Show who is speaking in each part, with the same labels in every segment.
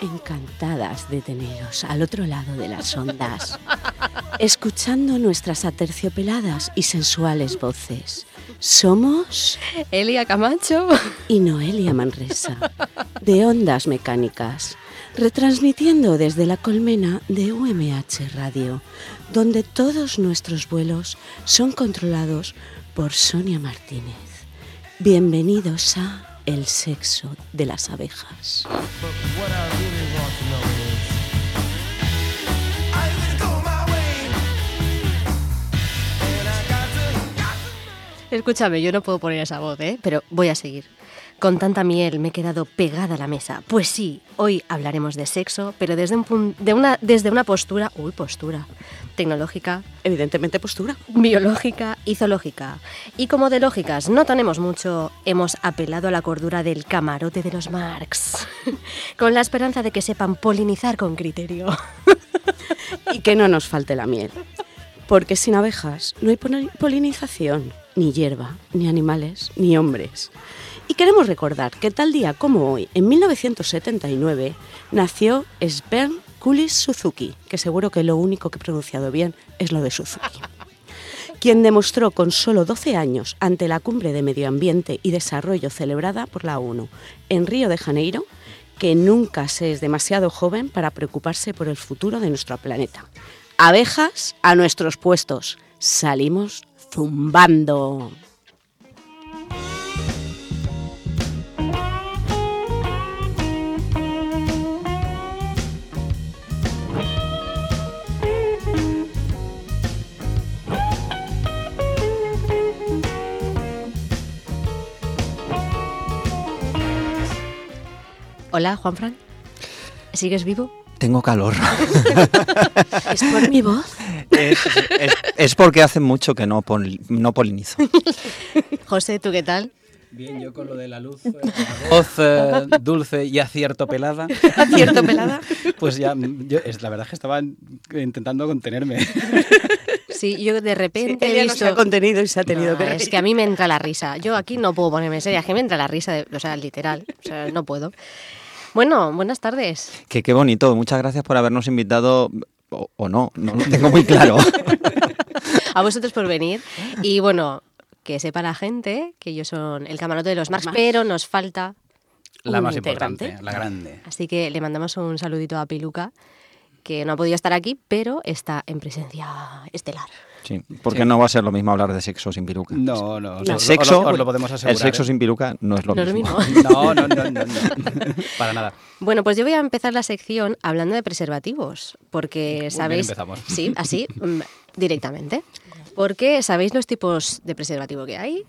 Speaker 1: encantadas de teneros al otro lado de las ondas, escuchando nuestras aterciopeladas y sensuales voces. Somos
Speaker 2: Elia Camacho
Speaker 1: y Noelia Manresa, de Ondas Mecánicas, retransmitiendo desde la colmena de UMH Radio, donde todos nuestros vuelos son controlados por Sonia Martínez. Bienvenidos a el sexo de las abejas.
Speaker 2: Escúchame, yo no puedo poner esa voz, ¿eh? pero voy a seguir. Con tanta miel me he quedado pegada a la mesa. Pues sí, hoy hablaremos de sexo, pero desde, un pun- de una, desde una postura, uy, postura, tecnológica,
Speaker 1: Evidentemente postura.
Speaker 2: biológica y zoológica. Y como de lógicas no tenemos mucho, hemos apelado a la cordura del camarote de los Marx, con la esperanza de que sepan polinizar con criterio.
Speaker 1: Y que no nos falte la miel. Porque sin abejas no hay poli- polinización, ni hierba, ni animales, ni hombres. Y queremos recordar que tal día como hoy, en 1979, nació Sven Kulis Suzuki, que seguro que lo único que he pronunciado bien es lo de Suzuki. quien demostró con solo 12 años ante la cumbre de Medio Ambiente y Desarrollo celebrada por la ONU en Río de Janeiro que nunca se es demasiado joven para preocuparse por el futuro de nuestro planeta. Abejas a nuestros puestos. Salimos zumbando.
Speaker 2: Hola, Juanfran. ¿Sigues vivo?
Speaker 3: Tengo calor.
Speaker 1: ¿Es por mi voz?
Speaker 3: Es, es- es porque hace mucho que no, pol- no polinizo.
Speaker 2: José, ¿tú qué tal?
Speaker 4: Bien, yo con lo de la luz, eh, la voz eh, dulce y acierto pelada,
Speaker 2: ¿Cierto pelada?
Speaker 4: pues ya, mm, yo, es, la verdad es que estaba intentando contenerme.
Speaker 2: Sí, yo de repente he
Speaker 1: Ella no
Speaker 2: visto...
Speaker 1: se ha contenido y se ha tenido
Speaker 2: No,
Speaker 1: que
Speaker 2: es
Speaker 1: reír.
Speaker 2: que a mí me entra la risa. Yo aquí no puedo ponerme seria, es que me entra la risa, de- o sea, literal, o sea, no puedo. Bueno, buenas tardes.
Speaker 3: Que qué bonito. Muchas gracias por habernos invitado. O, o no, no lo tengo muy claro.
Speaker 2: A vosotros por venir. Y bueno, que sepa la gente que yo son el camarote de los Marx, pero nos falta
Speaker 4: La
Speaker 2: un
Speaker 4: más
Speaker 2: Mm, integrante.
Speaker 4: importante, la grande.
Speaker 2: Así que le mandamos un saludito a Piluca, que no ha podido estar aquí, pero está en presencia estelar.
Speaker 3: Sí, porque no va a ser lo mismo hablar de sexo sin piruca.
Speaker 4: No, no, os
Speaker 3: El
Speaker 4: lo-
Speaker 3: sexo,
Speaker 4: os lo, os lo podemos asegurar.
Speaker 3: el sexo
Speaker 4: ¿eh?
Speaker 3: sin piruca no es lo
Speaker 2: No es lo
Speaker 3: mismo.
Speaker 2: mismo.
Speaker 4: No, no, no, no, no. para nada.
Speaker 2: Bueno, pues yo voy a empezar la sección hablando de preservativos, porque
Speaker 4: bien,
Speaker 2: sabéis.
Speaker 4: empezamos.
Speaker 2: Sí, así, mm, directamente. Porque sabéis los tipos de preservativo que hay.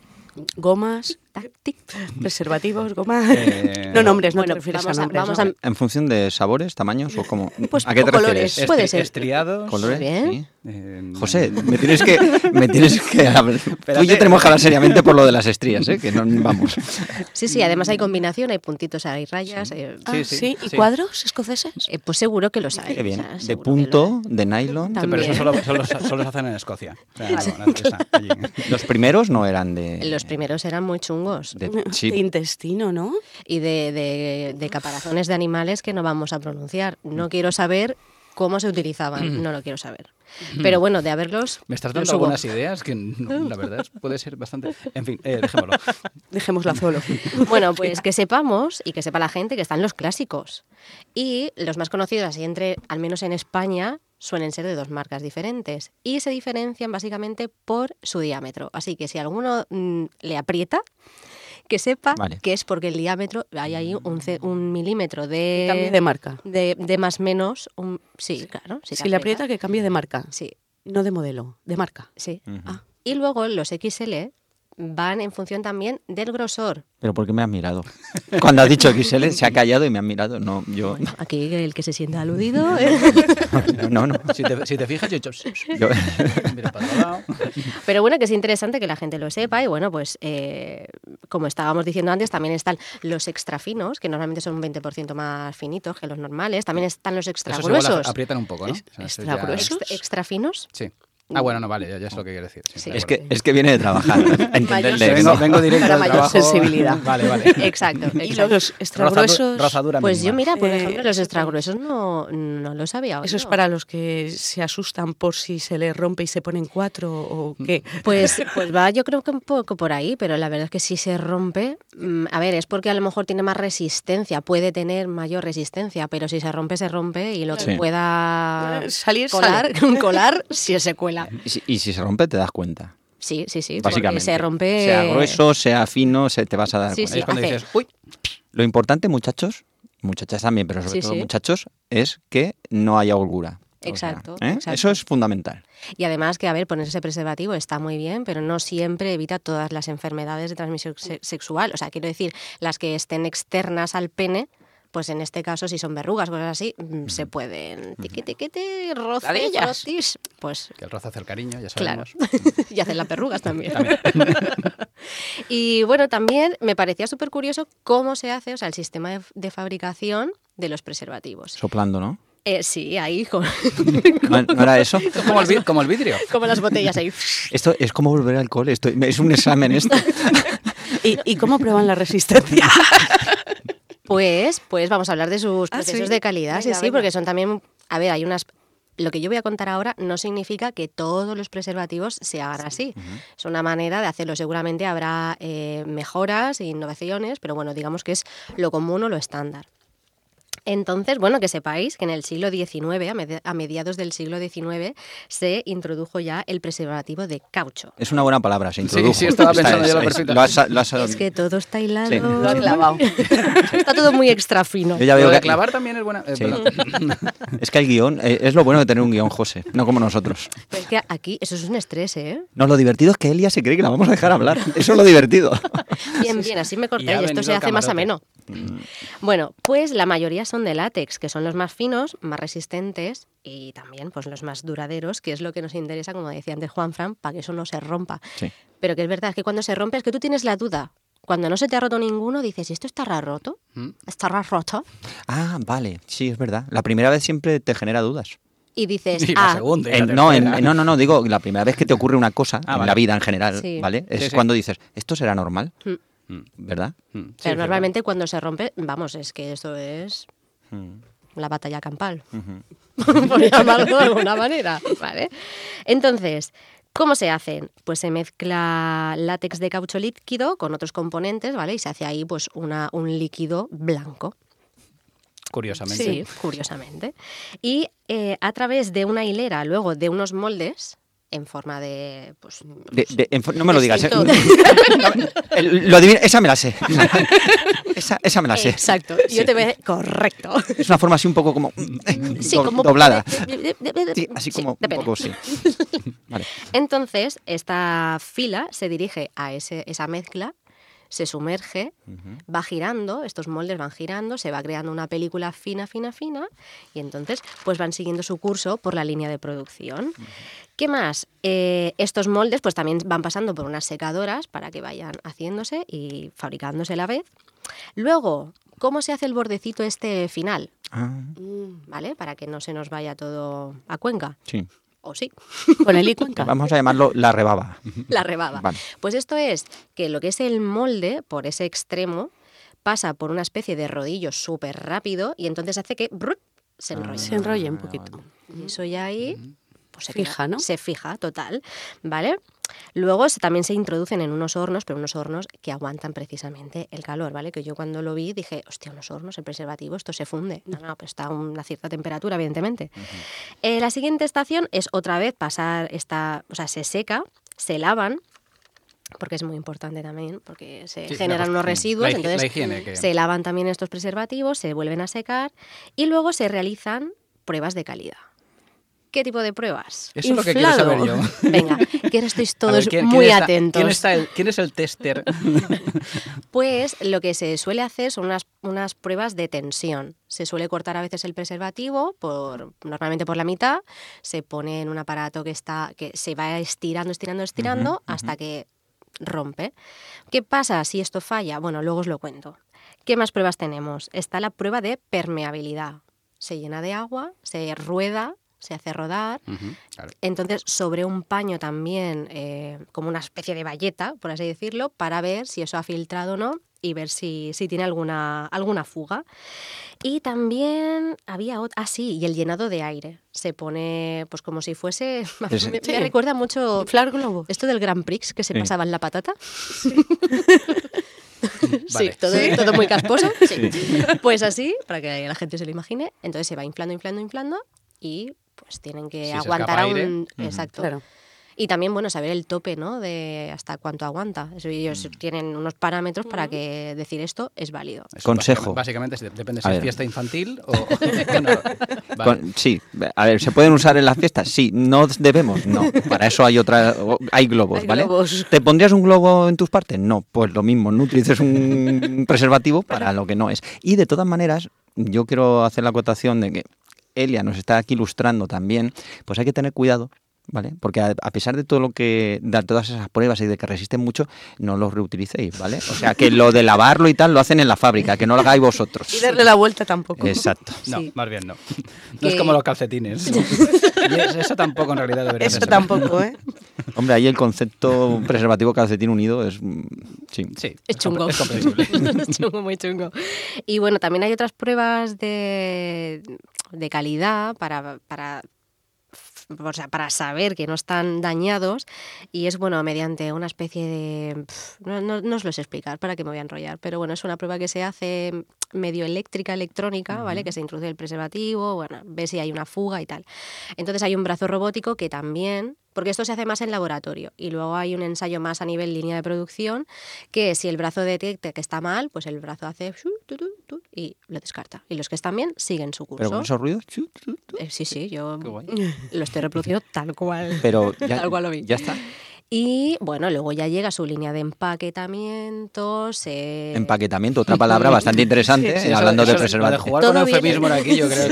Speaker 1: Gomas, táctil, preservativos, gomas.
Speaker 4: Eh,
Speaker 1: no nombres, no
Speaker 2: bueno,
Speaker 1: te refieres
Speaker 2: vamos
Speaker 1: a
Speaker 2: a-
Speaker 1: nombres.
Speaker 2: vamos
Speaker 1: ¿no?
Speaker 2: a-
Speaker 3: En función de sabores, tamaños o cómo.
Speaker 2: Pues,
Speaker 3: ¿A qué te
Speaker 2: o colores.
Speaker 3: refieres?
Speaker 2: Puede ser.
Speaker 4: Estriados.
Speaker 3: ¿Colores?
Speaker 2: Bien.
Speaker 3: Sí.
Speaker 4: eh,
Speaker 3: José, me tienes que. Me tienes que hablar. Tú y yo
Speaker 4: Espérate.
Speaker 3: tenemos que hablar seriamente por lo de las estrías, ¿eh? Que no vamos.
Speaker 2: Sí, sí, además hay combinación, hay puntitos, hay rayas. eh,
Speaker 1: Ah,
Speaker 4: Sí,
Speaker 1: sí,
Speaker 4: sí,
Speaker 1: ¿Y
Speaker 4: sí.
Speaker 1: cuadros escoceses?
Speaker 2: eh, pues seguro que los hay.
Speaker 3: Qué bien.
Speaker 2: o sea,
Speaker 3: De
Speaker 2: seguro que los
Speaker 3: punto, de nylon.
Speaker 2: También.
Speaker 4: Pero eso solo, solo, solo se hacen en Escocia. O sea, no, no, esa, allí.
Speaker 3: Los primeros no eran de.
Speaker 2: hay. Los primeros eran muy chungos
Speaker 3: de
Speaker 1: De
Speaker 3: chip.
Speaker 1: intestino, ¿no?
Speaker 2: y de, de- de caparazones de animales que no vamos a pronunciar. No quiero saber cómo se utilizaban, no lo quiero saber. Pero bueno, de haberlos.
Speaker 4: Mm. Me estás
Speaker 2: los
Speaker 4: dando
Speaker 2: hubo.
Speaker 4: algunas ideas que, no, la verdad, es- puede ser bastante... En fin, eh, dejémoslo.
Speaker 1: Dejemos la zoología.
Speaker 2: Bueno, pues que sepamos y que sepa la gente que están los clásicos. Y los más conocidos, así entre, al menos en España, suelen ser de dos marcas diferentes. Y se diferencian básicamente por su diámetro. Así que si alguno mm, le aprieta, que sepa
Speaker 3: Vale.
Speaker 2: que es porque el diámetro, hay ahí un, ce- un milímetro
Speaker 1: Cambie de
Speaker 2: de,
Speaker 1: marca.
Speaker 2: de, de más menos. Un, sí, claro. te
Speaker 1: Si le aprieta, que cambie de marca.
Speaker 2: Sí,
Speaker 1: No de modelo, de marca.
Speaker 2: sí.
Speaker 3: Ujú.
Speaker 1: Ah.
Speaker 2: Y luego los XL van en función también del grosor.
Speaker 3: Pero ¿por qué me has mirado? Cuando has dicho XL se ha callado y me han mirado. No, yo.
Speaker 2: Aquí el que se sienta aludido.
Speaker 3: No, no.
Speaker 4: Si te, si te fijas, yo... he hecho-
Speaker 3: Yo-
Speaker 4: Mira para otro lado.
Speaker 2: Pero bueno, que es interesante que la gente lo sepa y bueno, pues eh, como estábamos diciendo antes, también están los extra finos, que normalmente son un 20% más finitos que los normales, también están los extra
Speaker 4: Esos igual
Speaker 2: gruesos.
Speaker 4: aprietan un poco, ¿no? O sea,
Speaker 1: Extra
Speaker 4: eso ya-
Speaker 1: gruesos.
Speaker 2: Extra, extra finos,
Speaker 4: Sí. Ah, bueno, no, vale, ya, ya es lo que quiero decir. sí,
Speaker 2: Sí.
Speaker 4: de
Speaker 3: Es
Speaker 4: acuerdo.
Speaker 3: que, es que viene de trabajar.
Speaker 1: Mayor-
Speaker 3: Entenderle.
Speaker 4: Sí, vengo,
Speaker 3: ¿no?
Speaker 4: vengo directo
Speaker 1: Para
Speaker 4: del
Speaker 1: mayor
Speaker 4: trabajo.
Speaker 1: sensibilidad.
Speaker 4: Vale, vale.
Speaker 2: Exacto,
Speaker 1: Y
Speaker 2: exacto.
Speaker 1: los extragruesos.
Speaker 4: rozadura
Speaker 2: Pues yo,
Speaker 4: mínima.
Speaker 2: mira, por
Speaker 1: Eh,
Speaker 2: ejemplo, los extragruesos no, no los había oído.
Speaker 1: Eso es para los que se asustan por si se les rompe y se ponen cuatro o
Speaker 4: Mm.
Speaker 1: qué.
Speaker 2: Pues, pues va, yo creo que un poco por ahí, pero la verdad es que si se rompe, mm, a ver, es porque a lo mejor tiene más resistencia, puede tener mayor resistencia, pero si se rompe, se rompe y lo que
Speaker 3: Sí.
Speaker 2: pueda
Speaker 1: Eh, salir,
Speaker 2: colar, colar, si se cuela.
Speaker 3: Y si, y si se rompe, te das cuenta.
Speaker 2: Sí, sí, sí, porque
Speaker 3: Básicamente.
Speaker 2: se rompe...
Speaker 3: Sea grueso, sea fino, se te vas a dar
Speaker 2: Sí,
Speaker 3: cuenta.
Speaker 4: Es cuando
Speaker 2: hace-
Speaker 4: dices, uy,
Speaker 3: Lo importante, muchachos, muchachas también, pero sobre
Speaker 2: Sí,
Speaker 3: todo
Speaker 2: sí.
Speaker 3: muchachos, es que no haya holgura. O sea,
Speaker 2: Exacto,
Speaker 3: ¿eh?
Speaker 2: exacto.
Speaker 3: Eso es fundamental.
Speaker 2: Y además que, a ver, ponerse preservativo está muy bien, pero no siempre evita todas las enfermedades de transmisión se- sexual. O sea, quiero decir, las que estén externas al pene, pues en este caso, si son verrugas, cosas así, mm, se pueden tiqui tiqui ti, roce, frotis, pues
Speaker 4: que el roce hace el cariño, ya
Speaker 2: claro.
Speaker 4: sabemos.
Speaker 2: y hacen las verrugas también. y bueno, también me parecía súper curioso cómo se hace, o sea, el sistema de, de fabricación de los preservativos.
Speaker 3: Soplando, ¿no?
Speaker 2: Eh, sí, ahí, con-
Speaker 3: ¿No, no era eso?
Speaker 4: Es como el, vi- como el vidrio.
Speaker 2: como las botellas ahí.
Speaker 3: Esto es como volver al cole. Esto, es un examen esto.
Speaker 1: ¿Y, y cómo prueban la resistencia?
Speaker 2: Pues, pues vamos a hablar de sus
Speaker 1: Ah,
Speaker 2: procesos
Speaker 1: sí.
Speaker 2: de calidad, sí,
Speaker 1: Venga,
Speaker 2: sí,
Speaker 1: venga.
Speaker 2: porque son también, a ver, hay unas... Lo que yo voy a contar ahora no significa que todos los preservativos se hagan así. Es una manera de hacerlo. Seguramente habrá eh, mejoras e innovaciones, pero bueno, digamos que es lo común o lo estándar. Entonces, bueno, que sepáis que en el siglo XIX, a medi- a mediados del siglo XIX, se introdujo ya el preservativo de caucho.
Speaker 3: Es una buena palabra, se
Speaker 4: Sí,
Speaker 3: introdujo.
Speaker 4: sí, estaba
Speaker 3: Está-
Speaker 4: pensando yo la
Speaker 3: es-
Speaker 4: perfecta.
Speaker 3: lo has- lo has-
Speaker 2: Es que todo está hilado.
Speaker 3: Sí. Lo
Speaker 1: han clavado.
Speaker 2: está todo muy extra fino.
Speaker 3: yo ya
Speaker 4: Lo
Speaker 3: veo
Speaker 4: de
Speaker 3: que,
Speaker 4: clavar también es buena. eh,
Speaker 3: Sí.
Speaker 2: Pues,
Speaker 4: perdón.
Speaker 3: es que el guión, eh, es lo bueno de tener un guión, José, no como nosotros.
Speaker 2: Pero es que aquí eso es un estrés, ¿eh?
Speaker 3: No, lo divertido es que Elia se cree que la vamos a dejar hablar. Eso es lo divertido.
Speaker 2: Bien, bien, así me corté
Speaker 4: Y
Speaker 2: y,
Speaker 4: ha
Speaker 2: esto
Speaker 4: venido
Speaker 2: se
Speaker 4: el
Speaker 2: hace más ameno.
Speaker 4: camarote.
Speaker 2: Bueno, pues la mayoría son de látex, que son los más finos, más resistentes y también pues los más duraderos, que es lo que nos interesa, como decía antes Juanfran, para que eso no se rompa.
Speaker 3: Sí.
Speaker 2: Pero que es verdad, es que cuando se rompe es que tú tienes la duda. Cuando no se te ha roto ninguno, dices, ¿y esto estará roto?
Speaker 4: Mm.
Speaker 2: ¿Estará roto?
Speaker 3: Ah, vale, sí, es verdad. La primera vez siempre te genera dudas.
Speaker 2: Y dices,
Speaker 4: Y la
Speaker 2: ah,
Speaker 4: segunda. y la
Speaker 3: En- no, en-
Speaker 4: tercera.
Speaker 3: no, no, no, digo, la primera vez que te ocurre una cosa
Speaker 4: Ah,
Speaker 3: en
Speaker 4: vale.
Speaker 3: la vida en general,
Speaker 2: Sí.
Speaker 3: ¿vale? Es
Speaker 4: Sí, sí.
Speaker 3: cuando dices, ¿esto será normal?
Speaker 4: Mm. Mm,
Speaker 3: ¿Verdad?
Speaker 4: sí, es
Speaker 2: pero
Speaker 4: verdad.
Speaker 2: normalmente cuando se rompe, vamos, es que esto es
Speaker 4: Mm.
Speaker 3: Mm.
Speaker 2: la batalla campal, por llamarlo de alguna manera, ¿vale? Entonces, ¿cómo se hacen? Pues se mezcla látex de caucho líquido con otros componentes, ¿vale? Y se hace ahí pues una, un líquido blanco.
Speaker 4: Curiosamente.
Speaker 2: Sí, curiosamente. Y eh, a través de una hilera, luego de unos moldes en forma de... Pues,
Speaker 3: De- de- en fo- no me lo digas. ¿eh?
Speaker 2: Distinto.
Speaker 3: No, el- lo adivina- esa me la sé. Esa, esa me la sé.
Speaker 2: Exacto. Yo te voy correcto.
Speaker 3: Es una forma así un poco como, eh,
Speaker 2: Sí,
Speaker 3: do-
Speaker 2: como-
Speaker 3: doblada. Sí,
Speaker 2: Sí,
Speaker 3: así como un
Speaker 2: depende.
Speaker 3: poco sí. Vale.
Speaker 2: Entonces, esta fila se dirige a ese- esa mezcla, se sumerge, va girando, estos moldes van girando, se va creando una película fina, fina, fina, y entonces pues van siguiendo su curso por la línea de producción. ¿Qué más? Eh, estos moldes pues también van pasando por unas secadoras para que vayan haciéndose y fabricándose a la vez. Luego, ¿cómo se hace el bordecito este final?
Speaker 3: Ah,
Speaker 2: ¿Vale? Para que no se nos vaya todo a Cuenca.
Speaker 3: sí.
Speaker 2: ¿O sí?
Speaker 1: Con el y cuenca.
Speaker 3: Vamos a llamarlo la rebaba.
Speaker 2: La rebaba.
Speaker 3: Vale.
Speaker 2: Pues esto es que lo que es el molde, por ese extremo, pasa por una especie de rodillo súper rápido y entonces hace que brut, se enrolle.
Speaker 1: Se enrolla un poquito.
Speaker 2: Y eso ya ahí pues, se
Speaker 1: Fija,
Speaker 2: queda-
Speaker 1: ¿no?
Speaker 2: Se fija, total. ¿Vale? Luego se- también se introducen en unos hornos, pero unos hornos que aguantan precisamente el calor, ¿vale? Que yo cuando lo vi dije, hostia, unos hornos, el preservativo, esto se funde. No, no, pero está a una cierta temperatura, evidentemente. Eh, la siguiente estación es otra vez pasar esta, o sea, se seca, se lavan, porque es muy importante también, porque se
Speaker 4: Sí, la
Speaker 2: generan
Speaker 4: cuestión-
Speaker 2: unos residuos,
Speaker 4: la hig-
Speaker 2: entonces
Speaker 4: la higiene que-
Speaker 2: se lavan también estos preservativos, se vuelven a secar y luego se realizan pruebas de calidad. ¿Qué tipo de pruebas?
Speaker 4: Eso es lo que quiero saber yo.
Speaker 2: Venga, que ahora estáis
Speaker 4: Eh. A
Speaker 2: todos
Speaker 4: ver, ¿quién-
Speaker 2: muy
Speaker 4: quién está-
Speaker 2: atentos.
Speaker 4: ¿quién, está el, ¿Quién es el tester?
Speaker 2: Pues lo que se suele hacer son unas, unas pruebas de tensión. Se suele cortar a veces el preservativo, por, normalmente por la mitad, se pone en un aparato que, está, que se va estirando, estirando, estirando hasta que rompe. ¿Qué pasa si esto falla? Bueno, luego os lo cuento. ¿Qué más pruebas tenemos? Está la prueba de permeabilidad. Se llena de agua, se rueda se hace rodar.
Speaker 4: Ujú, claro.
Speaker 2: Entonces, sobre un paño también, eh, como una especie de valleta, por así decirlo, para ver si eso ha filtrado o no y ver si, si tiene alguna, alguna fuga. Y también había otra, ah sí, y el llenado de aire. Se pone pues como si fuese, me,
Speaker 3: Ese-
Speaker 2: me recuerda mucho
Speaker 1: Inflar globos.
Speaker 2: esto del Grand Prix que se
Speaker 3: Sí.
Speaker 2: pasaba en la patata. Sí,
Speaker 4: Vale.
Speaker 2: todo, todo muy casposo. sí. Pues así, para que la gente se lo imagine. Entonces se va inflando, inflando, inflando y pues tienen que
Speaker 4: Si se
Speaker 2: aguantar
Speaker 4: escapa
Speaker 2: a un...
Speaker 4: aire.
Speaker 2: Exacto.
Speaker 1: Claro.
Speaker 2: Y también, bueno, saber el tope, ¿no? De hasta cuánto aguanta. Eso ellos
Speaker 4: Mm.
Speaker 2: tienen unos parámetros para que decir esto es válido.
Speaker 4: Eso
Speaker 3: Consejo.
Speaker 4: Básicamente, básicamente depende
Speaker 3: A
Speaker 4: si es
Speaker 3: ver.
Speaker 4: fiesta infantil o... Claro. Vale.
Speaker 3: Con- sí, a ver, ¿se pueden usar en las fiestas? Sí, no debemos, no. Para eso hay otra, o- hay globos,
Speaker 1: Hay
Speaker 3: ¿vale?
Speaker 1: globos.
Speaker 3: ¿Te pondrías un globo en tus partes? No, pues lo mismo, no utilices un preservativo para lo que no es. Y de todas maneras, yo quiero hacer la acotación de que Elia nos está aquí ilustrando también, pues hay que tener cuidado. ¿Vale? Porque a, a pesar de todo lo que. de todas esas pruebas y de que resisten mucho, no los reutilicéis, ¿vale? O sea que lo de lavarlo y tal lo hacen en la fábrica, que no lo hagáis vosotros.
Speaker 1: Y darle la vuelta tampoco.
Speaker 3: Exacto.
Speaker 4: No,
Speaker 1: Sí.
Speaker 4: más bien no. No es
Speaker 2: Que-
Speaker 4: como los calcetines. Y es- eso tampoco en realidad debería
Speaker 1: Eso
Speaker 4: ser.
Speaker 1: tampoco, ¿eh?
Speaker 3: Hombre, ahí el concepto preservativo calcetín unido es. mm, Sí.
Speaker 4: Sí.
Speaker 2: Es chungo.
Speaker 4: Es comprensible.
Speaker 2: Es chungo, muy chungo. Y bueno, también hay otras pruebas de, de calidad para, para, o sea, para saber que no están dañados. Y es, bueno, mediante una especie de... pf, No, no, no os lo sé explicar, para que me voy a enrollar. Pero bueno, es una prueba que se hace medio eléctrica, electrónica, ¿vale? Que se introduce el preservativo, bueno, ve si hay una fuga y tal. Entonces hay un brazo robótico que también, porque esto se hace más en laboratorio y luego hay un ensayo más a nivel línea de producción que si el brazo detecta que está mal, pues el brazo hace shu, tu, tu, tu, y lo descarta. Y los que están bien siguen su curso.
Speaker 3: Pero con esos ruidos. chu, chu, chu.
Speaker 2: Eh, sí, sí, yo
Speaker 4: Qué guay.
Speaker 2: lo estoy reproduciendo tal cual.
Speaker 3: Pero ya,
Speaker 2: Tal cual lo vi.
Speaker 3: ya está.
Speaker 2: Y bueno, luego ya llega su línea de eh, empaquetamiento, se...
Speaker 3: Empaquetamiento, otra palabra bastante interesante, eh,
Speaker 4: Sí, eso-
Speaker 3: hablando
Speaker 4: eso
Speaker 3: de
Speaker 4: lo De
Speaker 3: preservativo.
Speaker 4: jugar con
Speaker 2: Todo viene-
Speaker 4: eufemismo en aquí, yo creo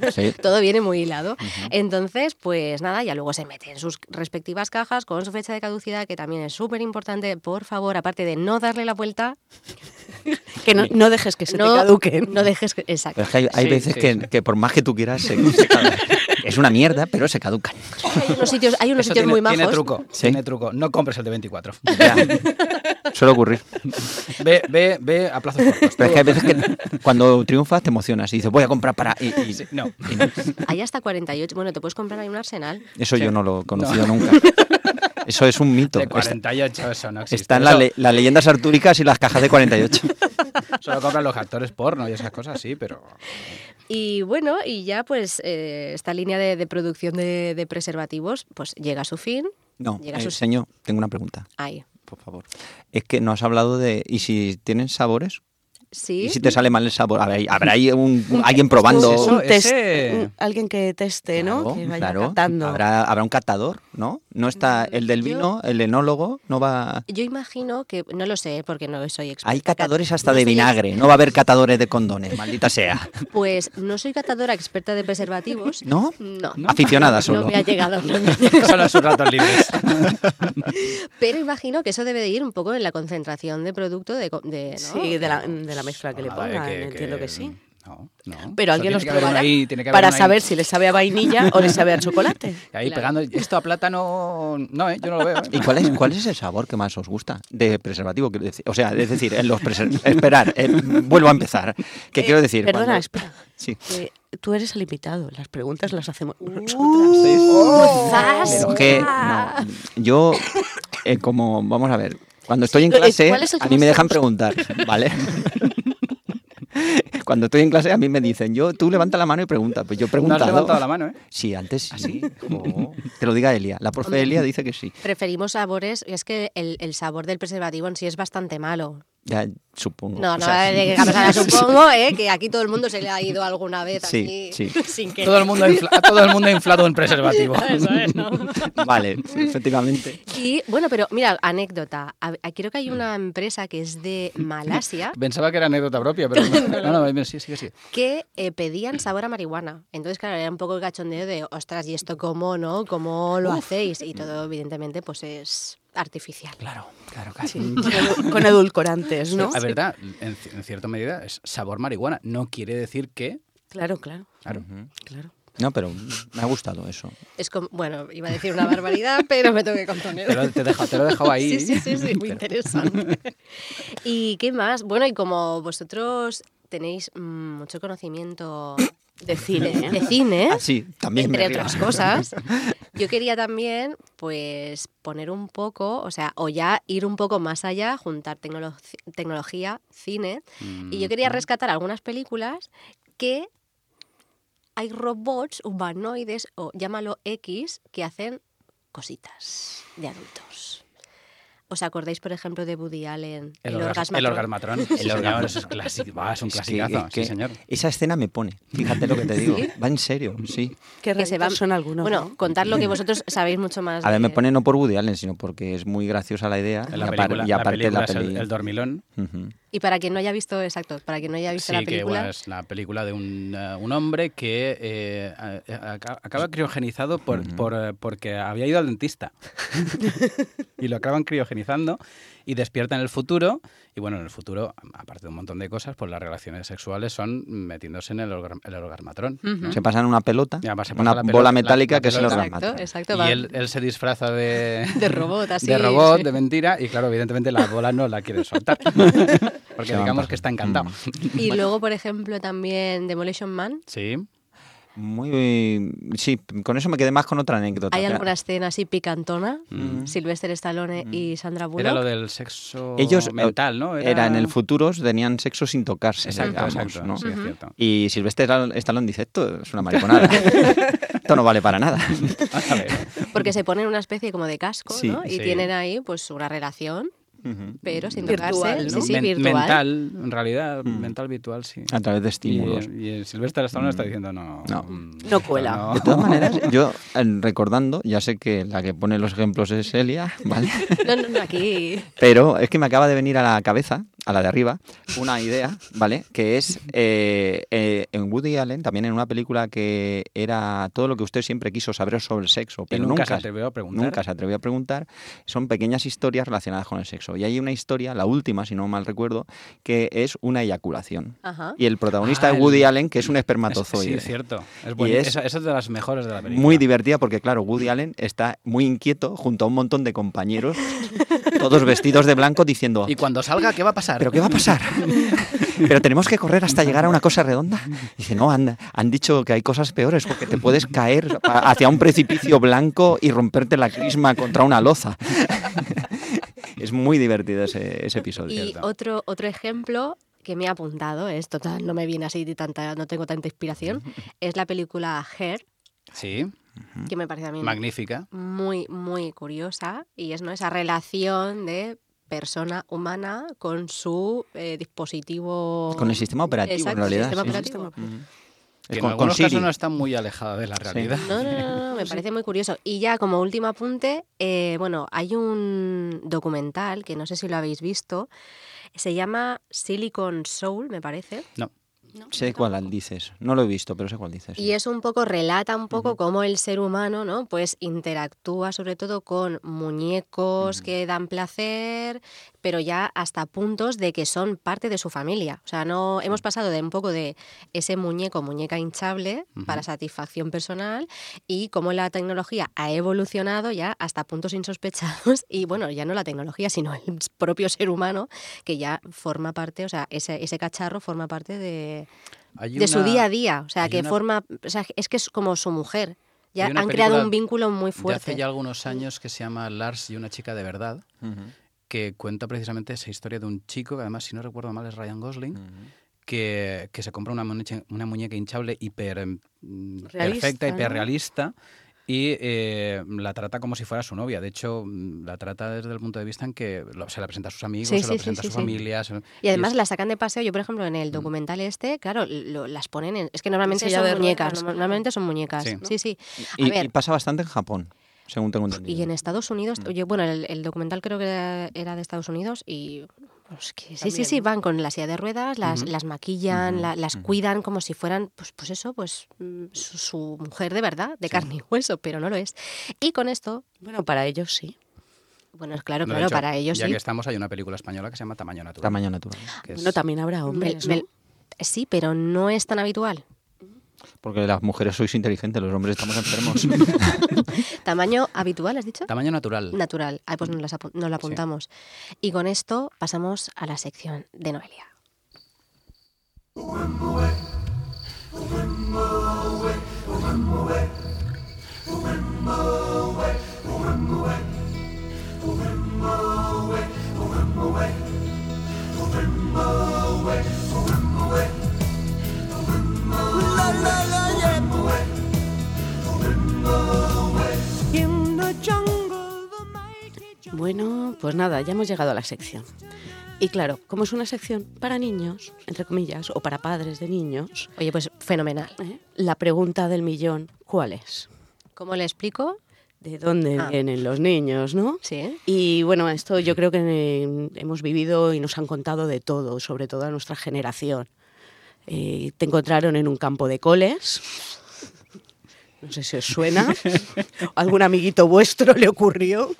Speaker 4: que.
Speaker 3: Sí.
Speaker 2: todo viene muy hilado. Entonces, pues nada, ya luego se mete en sus respectivas cajas con su fecha de caducidad, que también es súper importante. Por favor, aparte de no darle la vuelta,
Speaker 1: Que no, no dejes que se
Speaker 2: no,
Speaker 1: te caduquen.
Speaker 2: no dejes que... Exacto.
Speaker 3: Pero es que hay, hay
Speaker 4: Sí,
Speaker 3: veces
Speaker 4: sí,
Speaker 3: que,
Speaker 4: sí.
Speaker 3: que por más que tú quieras, se, se caducan. Es una mierda, pero se caducan.
Speaker 2: Hay unos sitios, hay unos sitios
Speaker 4: Eso
Speaker 2: muy
Speaker 4: tiene, Tiene
Speaker 2: majos.
Speaker 4: truco,
Speaker 3: Sí.
Speaker 4: tiene truco. No compres el de 24.
Speaker 3: Ya. Suele ocurrir.
Speaker 4: Ve, ve, ve a plazos cortos.
Speaker 3: Pero es que hay veces que cuando triunfas te emocionas y dices, voy a comprar para. Y, y-
Speaker 4: Sí, no.
Speaker 2: Hay hasta 48. Bueno, te puedes comprar ahí un arsenal.
Speaker 3: Eso yo
Speaker 4: Sí.
Speaker 3: no lo he conocido nunca. Eso es un mito.
Speaker 4: De
Speaker 3: Está-
Speaker 4: 48 eso no existe.
Speaker 3: Están las
Speaker 4: Eso
Speaker 3: le- las leyendas artúricas y las cajas de 48.
Speaker 4: Solo compran los actores porno y esas cosas, sí, pero...
Speaker 2: Y bueno, y ya pues eh, esta línea de, de producción de, de preservativos pues llega a su fin.
Speaker 3: No,
Speaker 2: Llega
Speaker 3: eh,
Speaker 2: su-
Speaker 3: señor, tengo una pregunta.
Speaker 2: Ahí.
Speaker 3: Por favor. Es que no has hablado de. ¿Y si tienen sabores?
Speaker 2: Sí.
Speaker 3: ¿Y si te sale mal el sabor? A ver, ¿hay- ¿Habrá ahí un, alguien probando.
Speaker 4: Pues eso,
Speaker 1: Un test-
Speaker 4: ese-
Speaker 1: un- alguien que teste, ¿no? Que vaya
Speaker 3: claro.
Speaker 1: catando.
Speaker 3: Habrá, habrá un catador, ¿no? No está el del vino, el enólogo, no va.
Speaker 2: Yo imagino que, no lo sé, porque no soy experta.
Speaker 3: Hay catadores hasta
Speaker 2: No
Speaker 3: de
Speaker 2: soy
Speaker 3: vinagre, no va a haber catadores de condones, maldita sea.
Speaker 2: Pues no soy catadora experta de preservativos.
Speaker 3: ¿No?
Speaker 2: No.
Speaker 3: Aficionada
Speaker 2: No
Speaker 3: solo.
Speaker 2: me ha llegado.
Speaker 4: Solo sus ratos libres.
Speaker 2: Pero imagino que eso debe de ir un poco en la concentración de producto de... co- de, ¿no?
Speaker 1: Sí, de la, mm, de la mezcla que le
Speaker 4: Nada, eh,
Speaker 1: pongan, entiendo que sí.
Speaker 4: No, no.
Speaker 1: Pero
Speaker 4: Eso
Speaker 1: alguien
Speaker 4: tiene
Speaker 1: los
Speaker 4: que haber uno
Speaker 1: probará
Speaker 4: ahí, tiene que haber
Speaker 1: para
Speaker 4: uno ahí.
Speaker 1: saber si le sabe a vainilla o le sabe a chocolate.
Speaker 4: Ahí
Speaker 2: Claro.
Speaker 4: pegando, esto a plátano, no, ¿eh? yo no lo veo. ¿eh?
Speaker 3: ¿Y cuál es, cuál es el sabor que más os gusta de preservativo? quiero decir? O sea, es decir, en los preser- esperar, eh, vuelvo a empezar. ¿Qué
Speaker 1: Eh,
Speaker 3: quiero decir?
Speaker 1: Perdona,
Speaker 3: cuando-
Speaker 1: espera.
Speaker 3: Sí.
Speaker 1: que tú eres el invitado, las preguntas las hacemos nosotras.
Speaker 4: "Oh,
Speaker 3: Pero es que no, yo, eh, como, vamos a ver, cuando estoy en
Speaker 2: Eh,
Speaker 1: ¿cuál es
Speaker 3: clase,
Speaker 1: el que
Speaker 3: a mí
Speaker 1: más
Speaker 3: me
Speaker 1: te
Speaker 3: dejan preguntar, ¿vale? Cuando estoy en clase a mí me dicen, yo, tú levanta la mano y pregunta. Pues yo he
Speaker 4: No has
Speaker 3: preguntado.
Speaker 4: levantado la mano, ¿eh?
Speaker 3: Sí, antes sí. Oh. Te lo diga Elia. La profe Elia dice que sí.
Speaker 2: Preferimos sabores, y es que el, el sabor del preservativo en sí es bastante malo.
Speaker 3: Ya supongo.
Speaker 2: No,
Speaker 3: O
Speaker 2: no,
Speaker 3: sea,
Speaker 2: de que ahora supongo, ¿eh? que aquí todo el mundo se le ha ido alguna vez
Speaker 3: Sí,
Speaker 2: aquí,
Speaker 3: sí.
Speaker 2: sin que...
Speaker 4: Todo el mundo ha infla- todo el mundo ha inflado un preservativo.
Speaker 3: Vale, efectivamente.
Speaker 2: Y bueno, pero mira, anécdota. A- a- Creo que hay una empresa que es de Malasia
Speaker 4: Pensaba que era anécdota propia, pero no, no, no, sí, sí, sí.
Speaker 2: que eh, pedían sabor a marihuana. Entonces, claro, era un poco el cachondeo de, ostras, ¿y esto cómo, no? ¿Cómo lo hacéis? Y todo, evidentemente, pues es artificial.
Speaker 4: Claro, claro, casi.
Speaker 1: Con edu- Con edulcorantes, ¿no?
Speaker 4: La verdad, en, ci- en cierta medida es sabor marihuana. No quiere decir que.
Speaker 1: Claro, claro,
Speaker 4: Claro.
Speaker 1: claro.
Speaker 3: No, pero me ha gustado eso.
Speaker 2: Es como, bueno, iba a decir una barbaridad, pero me tengo que contener.
Speaker 4: Te lo, te deja- te lo he dejado ahí.
Speaker 2: Sí, sí, sí, sí, muy interesante. ¿Y qué más? Bueno, y como vosotros tenéis mm, mucho conocimiento
Speaker 1: De cine,
Speaker 2: de
Speaker 1: ¿eh?
Speaker 2: cine,
Speaker 3: Ah, sí, también. me
Speaker 2: entre
Speaker 3: río.
Speaker 2: otras cosas, yo quería también, pues, poner un poco, o sea, o ya ir un poco más allá, juntar tecnolo- tecnología, cine,
Speaker 4: Mm.
Speaker 2: y yo quería rescatar algunas películas que hay robots humanoides o llámalo X que hacen cositas de adultos. ¿Os acordáis, por ejemplo, de Woody Allen?
Speaker 4: El, orgasmo. El orgasmatrón. El orgasmo. Es, clásico. Va, Ah, es un
Speaker 3: Es que-
Speaker 4: clasicazo.
Speaker 3: es que
Speaker 4: sí, señor.
Speaker 3: Esa escena me pone, fíjate lo que te digo. Va en serio, sí.
Speaker 1: Qué
Speaker 2: Que se
Speaker 1: raritos
Speaker 2: van-
Speaker 1: son algunos.
Speaker 2: Bueno,
Speaker 1: ¿no?
Speaker 2: contar lo que vosotros sabéis mucho más.
Speaker 3: A ver, me
Speaker 2: de-
Speaker 3: pone no por Woody Allen, sino porque es muy graciosa la idea.
Speaker 4: En La
Speaker 3: y, apar-
Speaker 4: película,
Speaker 3: y
Speaker 4: la
Speaker 3: aparte
Speaker 4: película
Speaker 3: la
Speaker 4: es el-
Speaker 3: peli.
Speaker 4: el dormilón.
Speaker 3: Ujú.
Speaker 2: Y para quien no haya visto, exacto, para quien no haya visto
Speaker 4: Sí,
Speaker 2: la
Speaker 4: que
Speaker 2: película,
Speaker 4: bueno, es la película de un, eh, un hombre que eh, a- a- aca- acaba criogenizado por, por, eh, porque había ido al dentista. y lo acaban criogenizando y despierta en el futuro. Y bueno, en el futuro, aparte de un montón de cosas, pues las relaciones sexuales son metiéndose en el, orga- el orgasmatrón.
Speaker 2: Mm,
Speaker 4: ¿no?
Speaker 3: Se pasan una pelota,
Speaker 4: Ya, va, se pasa
Speaker 3: una
Speaker 4: la
Speaker 3: bola
Speaker 4: pelota, la-
Speaker 3: metálica
Speaker 4: la
Speaker 3: que es el
Speaker 4: pelota.
Speaker 3: orgasmatrón.
Speaker 2: exacto, exacto, va
Speaker 4: Y él, él se disfraza de...
Speaker 2: de robot, así.
Speaker 4: de robot,
Speaker 2: sí.
Speaker 4: de mentira, y claro, evidentemente la bola no la quiere soltar. Porque
Speaker 3: Se van
Speaker 4: digamos
Speaker 3: pasando.
Speaker 4: que está encantado.
Speaker 2: Y luego, por ejemplo, también Demolition Man.
Speaker 4: Sí.
Speaker 3: Muy, sí, con eso me quedé más con otra anécdota.
Speaker 2: Hay
Speaker 3: Espera.
Speaker 2: alguna escena así picantona. Sylvester Stallone y Sandra Bullock.
Speaker 4: Mm. Era lo del sexo
Speaker 3: Ellos eh,
Speaker 4: mental, ¿no?
Speaker 3: era en el futuro tenían sexo sin tocarse,
Speaker 4: Exacto,
Speaker 3: digamos,
Speaker 4: exacto.
Speaker 3: ¿no?
Speaker 4: Sí, es cierto.
Speaker 3: Y Sylvester Stallone dice, esto es una mariconada. esto no vale para nada.
Speaker 4: A ver,
Speaker 2: Porque se ponen una especie como de casco,
Speaker 3: Sí,
Speaker 2: ¿no? Y
Speaker 4: sí.
Speaker 2: tienen ahí, pues, una relación, pero sin
Speaker 1: Virtual,
Speaker 2: tocarse.
Speaker 1: ¿no?
Speaker 2: Sí, sí,
Speaker 4: men-
Speaker 2: virtual.
Speaker 4: Mental, en realidad, mental virtual, sí.
Speaker 3: A través de
Speaker 4: Y,
Speaker 3: Mm. Ah,
Speaker 4: eh,
Speaker 3: estímulos.
Speaker 4: y el Sylvester Stallone está diciendo no.
Speaker 3: No.
Speaker 4: mm,
Speaker 1: No cuela.
Speaker 4: no.
Speaker 3: De todas maneras, yo eh, recordando, ya sé que la que pone los ejemplos es Elia, ¿vale?
Speaker 2: No, no, no, aquí.
Speaker 3: Pero es que me acaba de venir a la cabeza, a la de arriba, una idea, ¿vale? Que es eh, eh, en Woody Allen, también en una película que era todo lo que usted siempre quiso saber sobre el sexo, pero
Speaker 4: nunca se atrevió a preguntar.
Speaker 3: Nunca se atrevió a preguntar. Son pequeñas historias relacionadas con el sexo. Y hay una historia, la última, si no mal recuerdo, que es una eyaculación.
Speaker 2: Ajá.
Speaker 3: Y el protagonista
Speaker 4: Ah,
Speaker 3: es
Speaker 4: el-
Speaker 3: Woody Allen, que es un
Speaker 4: Es-
Speaker 3: espermatozoide.
Speaker 4: sí, es cierto. Es bueno.
Speaker 3: es-
Speaker 4: Esa, esa es de las mejores de la película.
Speaker 3: Muy divertida porque, claro, Woody Allen está muy inquieto junto a un montón de compañeros, todos vestidos de blanco, diciendo,
Speaker 4: Y cuando salga, ¿qué va a pasar?
Speaker 3: ¿pero qué va a pasar? ¿Pero tenemos que correr hasta llegar a una cosa redonda? Dice, no, han, han dicho que hay cosas peores porque te puedes caer a- hacia un precipicio blanco y romperte la crisma contra una loza. Es muy divertido ese, ese episodio.
Speaker 2: Y otro, otro ejemplo que me he apuntado, es total, no me viene así de tanta, no tengo tanta inspiración, es la película Her,
Speaker 4: Sí, Mm.
Speaker 2: que me parece también
Speaker 4: magnífica.
Speaker 2: muy, muy curiosa y es ¿no? esa relación de persona humana con su eh, dispositivo.
Speaker 3: Con el sistema operativo, en
Speaker 2: Exacto,
Speaker 3: realidad,
Speaker 2: sistema
Speaker 3: sí.
Speaker 2: operativo.
Speaker 3: Es
Speaker 4: que
Speaker 3: con-
Speaker 4: en
Speaker 3: con
Speaker 4: algunos
Speaker 3: Siri.
Speaker 4: casos no está muy alejada de la realidad.
Speaker 2: No, no, no, no, me parece muy curioso. Y ya como último apunte, eh, bueno, hay un documental que no sé si lo habéis visto, se llama Silicon Soul, me parece.
Speaker 4: No.
Speaker 3: Sé cuál dices. No lo he visto, pero sé cuál dices.
Speaker 2: Y es un poco, relata un poco cómo el ser humano, ¿no? Pues interactúa sobre todo con muñecos que dan placer, pero ya hasta puntos de que son parte de su familia. O sea, no hemos pasado de un poco de ese muñeco, muñeca hinchable para satisfacción personal y cómo la tecnología ha evolucionado ya hasta puntos insospechados y bueno, ya no la tecnología, sino el propio ser humano que ya forma parte, o sea, ese, ese cacharro forma parte de
Speaker 4: Hay
Speaker 2: de su
Speaker 4: una-
Speaker 2: día a día, o sea,
Speaker 4: hay
Speaker 2: que
Speaker 4: una-
Speaker 2: forma, o sea, es que es como su mujer. Ya
Speaker 4: Hay una
Speaker 2: han creado
Speaker 4: película
Speaker 2: un vínculo muy
Speaker 4: De
Speaker 2: fuerte.
Speaker 4: hace ya algunos años que se llama Lars y una chica de verdad, que cuenta precisamente esa historia de un chico, que además, si no recuerdo mal, es Ryan Gosling,
Speaker 3: Mm.
Speaker 4: que, que se compra una muñeca, una muñeca hinchable hiper mm,
Speaker 1: Realista,
Speaker 4: perfecta,
Speaker 1: ¿no?
Speaker 4: hiperrealista. Y eh, la trata como si fuera su novia. De hecho, mm, la trata desde el punto de vista en que lo- se la presenta a sus amigos,
Speaker 2: Sí,
Speaker 4: se
Speaker 2: sí, sí,
Speaker 4: lo presenta
Speaker 2: sí,
Speaker 4: a su
Speaker 2: sí.
Speaker 4: familia. se-
Speaker 2: Y además
Speaker 4: es-
Speaker 2: la sacan de paseo. Yo, por ejemplo, en el
Speaker 4: Mm.
Speaker 2: documental este, claro, lo- las ponen en... Es que normalmente
Speaker 1: Silla
Speaker 2: son
Speaker 1: de ruedas,
Speaker 2: muñecas.
Speaker 1: ¿no?
Speaker 2: Normalmente son muñecas.
Speaker 4: Sí.
Speaker 2: Sí, sí. A
Speaker 3: Y,
Speaker 2: ver,
Speaker 3: y pasa bastante en Japón, según tengo entendido.
Speaker 2: y en Estados Unidos...
Speaker 4: Mm.
Speaker 2: Yo, bueno, el, el documental creo que era- era de Estados Unidos y... pues, que sí, sí,
Speaker 1: También.
Speaker 2: sí, van con la silla de ruedas, las, las maquillan, la- las cuidan como si fueran, pues, pues eso, pues mm, su, su mujer de verdad, de carne y hueso, pero no lo es. Y con esto
Speaker 1: Bueno, para ellos sí.
Speaker 2: Bueno, es claro,
Speaker 4: no, de
Speaker 2: claro,
Speaker 4: hecho,
Speaker 2: para ellos
Speaker 4: Ya
Speaker 2: sí.
Speaker 4: que estamos, hay una película española que se llama Tamaño Natural.
Speaker 3: Tamaño natural.
Speaker 4: que es-
Speaker 1: Bueno, también habrá
Speaker 2: Me-
Speaker 1: hombres,
Speaker 2: me-
Speaker 1: ¿no?
Speaker 2: Sí, pero no es tan habitual.
Speaker 3: porque las mujeres sois inteligentes, los hombres estamos enfermos.
Speaker 2: Tamaño habitual, ¿has dicho?
Speaker 4: Tamaño natural.
Speaker 2: Natural. Ah, pues
Speaker 3: Mm.
Speaker 2: nos, las apu- nos lo apuntamos. Y con esto pasamos a la sección de Noelia.
Speaker 1: Bueno, pues nada, ya hemos llegado a la sección. Y claro, como es una sección para niños, entre comillas, o para padres de niños,
Speaker 2: Oye, pues fenomenal.
Speaker 1: ¿eh? la pregunta del millón, ¿cuál es?
Speaker 2: ¿Cómo le explico?
Speaker 1: ¿De dónde
Speaker 2: Ah.
Speaker 1: vienen los niños, no?
Speaker 2: Sí.
Speaker 1: Y bueno, esto yo creo que eh, hemos vivido y nos han contado de todo, sobre todo a nuestra generación. Eh, te encontraron en un campo de coles. No sé si os suena. ¿Algún amiguito vuestro le ocurrió?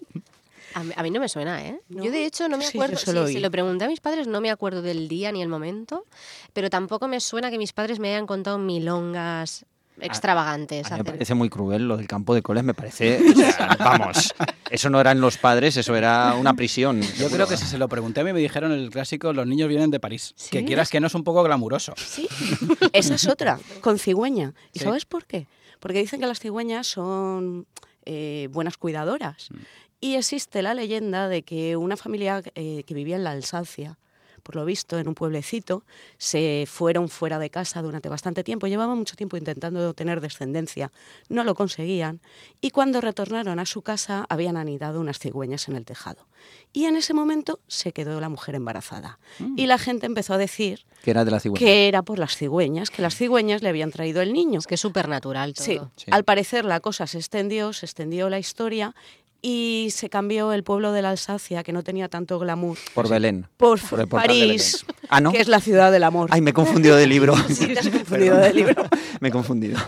Speaker 2: A mí, a mí no me suena, ¿eh?
Speaker 1: ¿No?
Speaker 2: Yo de hecho no me
Speaker 1: Sí,
Speaker 2: acuerdo,
Speaker 1: yo solo
Speaker 2: sí, se
Speaker 1: oí.
Speaker 2: lo pregunté a mis padres, no me acuerdo del día ni el momento, pero tampoco me suena que mis padres me hayan contado milongas extravagantes.
Speaker 3: Ah, A mí me
Speaker 2: acerca-
Speaker 3: parece muy cruel lo del campo de coles, me parece. o sea, vamos, eso no eran los padres, eso era una prisión.
Speaker 4: Yo
Speaker 3: seguro.
Speaker 4: creo que si se lo pregunté a mí me dijeron el clásico Los niños vienen de París.
Speaker 2: Sí.
Speaker 4: Que quieras que no es un poco glamuroso.
Speaker 1: Sí, esa es otra, con cigüeña. ¿Y
Speaker 4: Sí.
Speaker 1: sabes por qué? Porque dicen que las cigüeñas son eh, buenas cuidadoras. Y existe la leyenda de que una familia eh, que vivía en la Alsacia, por lo visto, en un pueblecito, se fueron fuera de casa durante bastante tiempo. Llevaban mucho tiempo intentando tener descendencia, no lo conseguían. Y cuando retornaron a su casa, habían anidado unas cigüeñas en el tejado. Y en ese momento se quedó la mujer embarazada. Y la gente empezó a decir
Speaker 3: Que era de la cigüeña.
Speaker 1: que era por las cigüeñas, que las cigüeñas le habían traído el niño.
Speaker 2: Es que es súper natural todo.
Speaker 1: Sí.
Speaker 3: Sí.
Speaker 1: al parecer la cosa se extendió, se extendió la historia y se cambió el pueblo de la Alsacia, que no tenía tanto glamour,
Speaker 3: Por Belén.
Speaker 1: por,
Speaker 3: Por el portal de
Speaker 1: París,
Speaker 3: Belén. Ah, ¿no?
Speaker 1: que es la ciudad del amor.
Speaker 3: Ay, me he confundido de libro.
Speaker 1: Sí, te has confundido de libro.
Speaker 3: Me he confundido.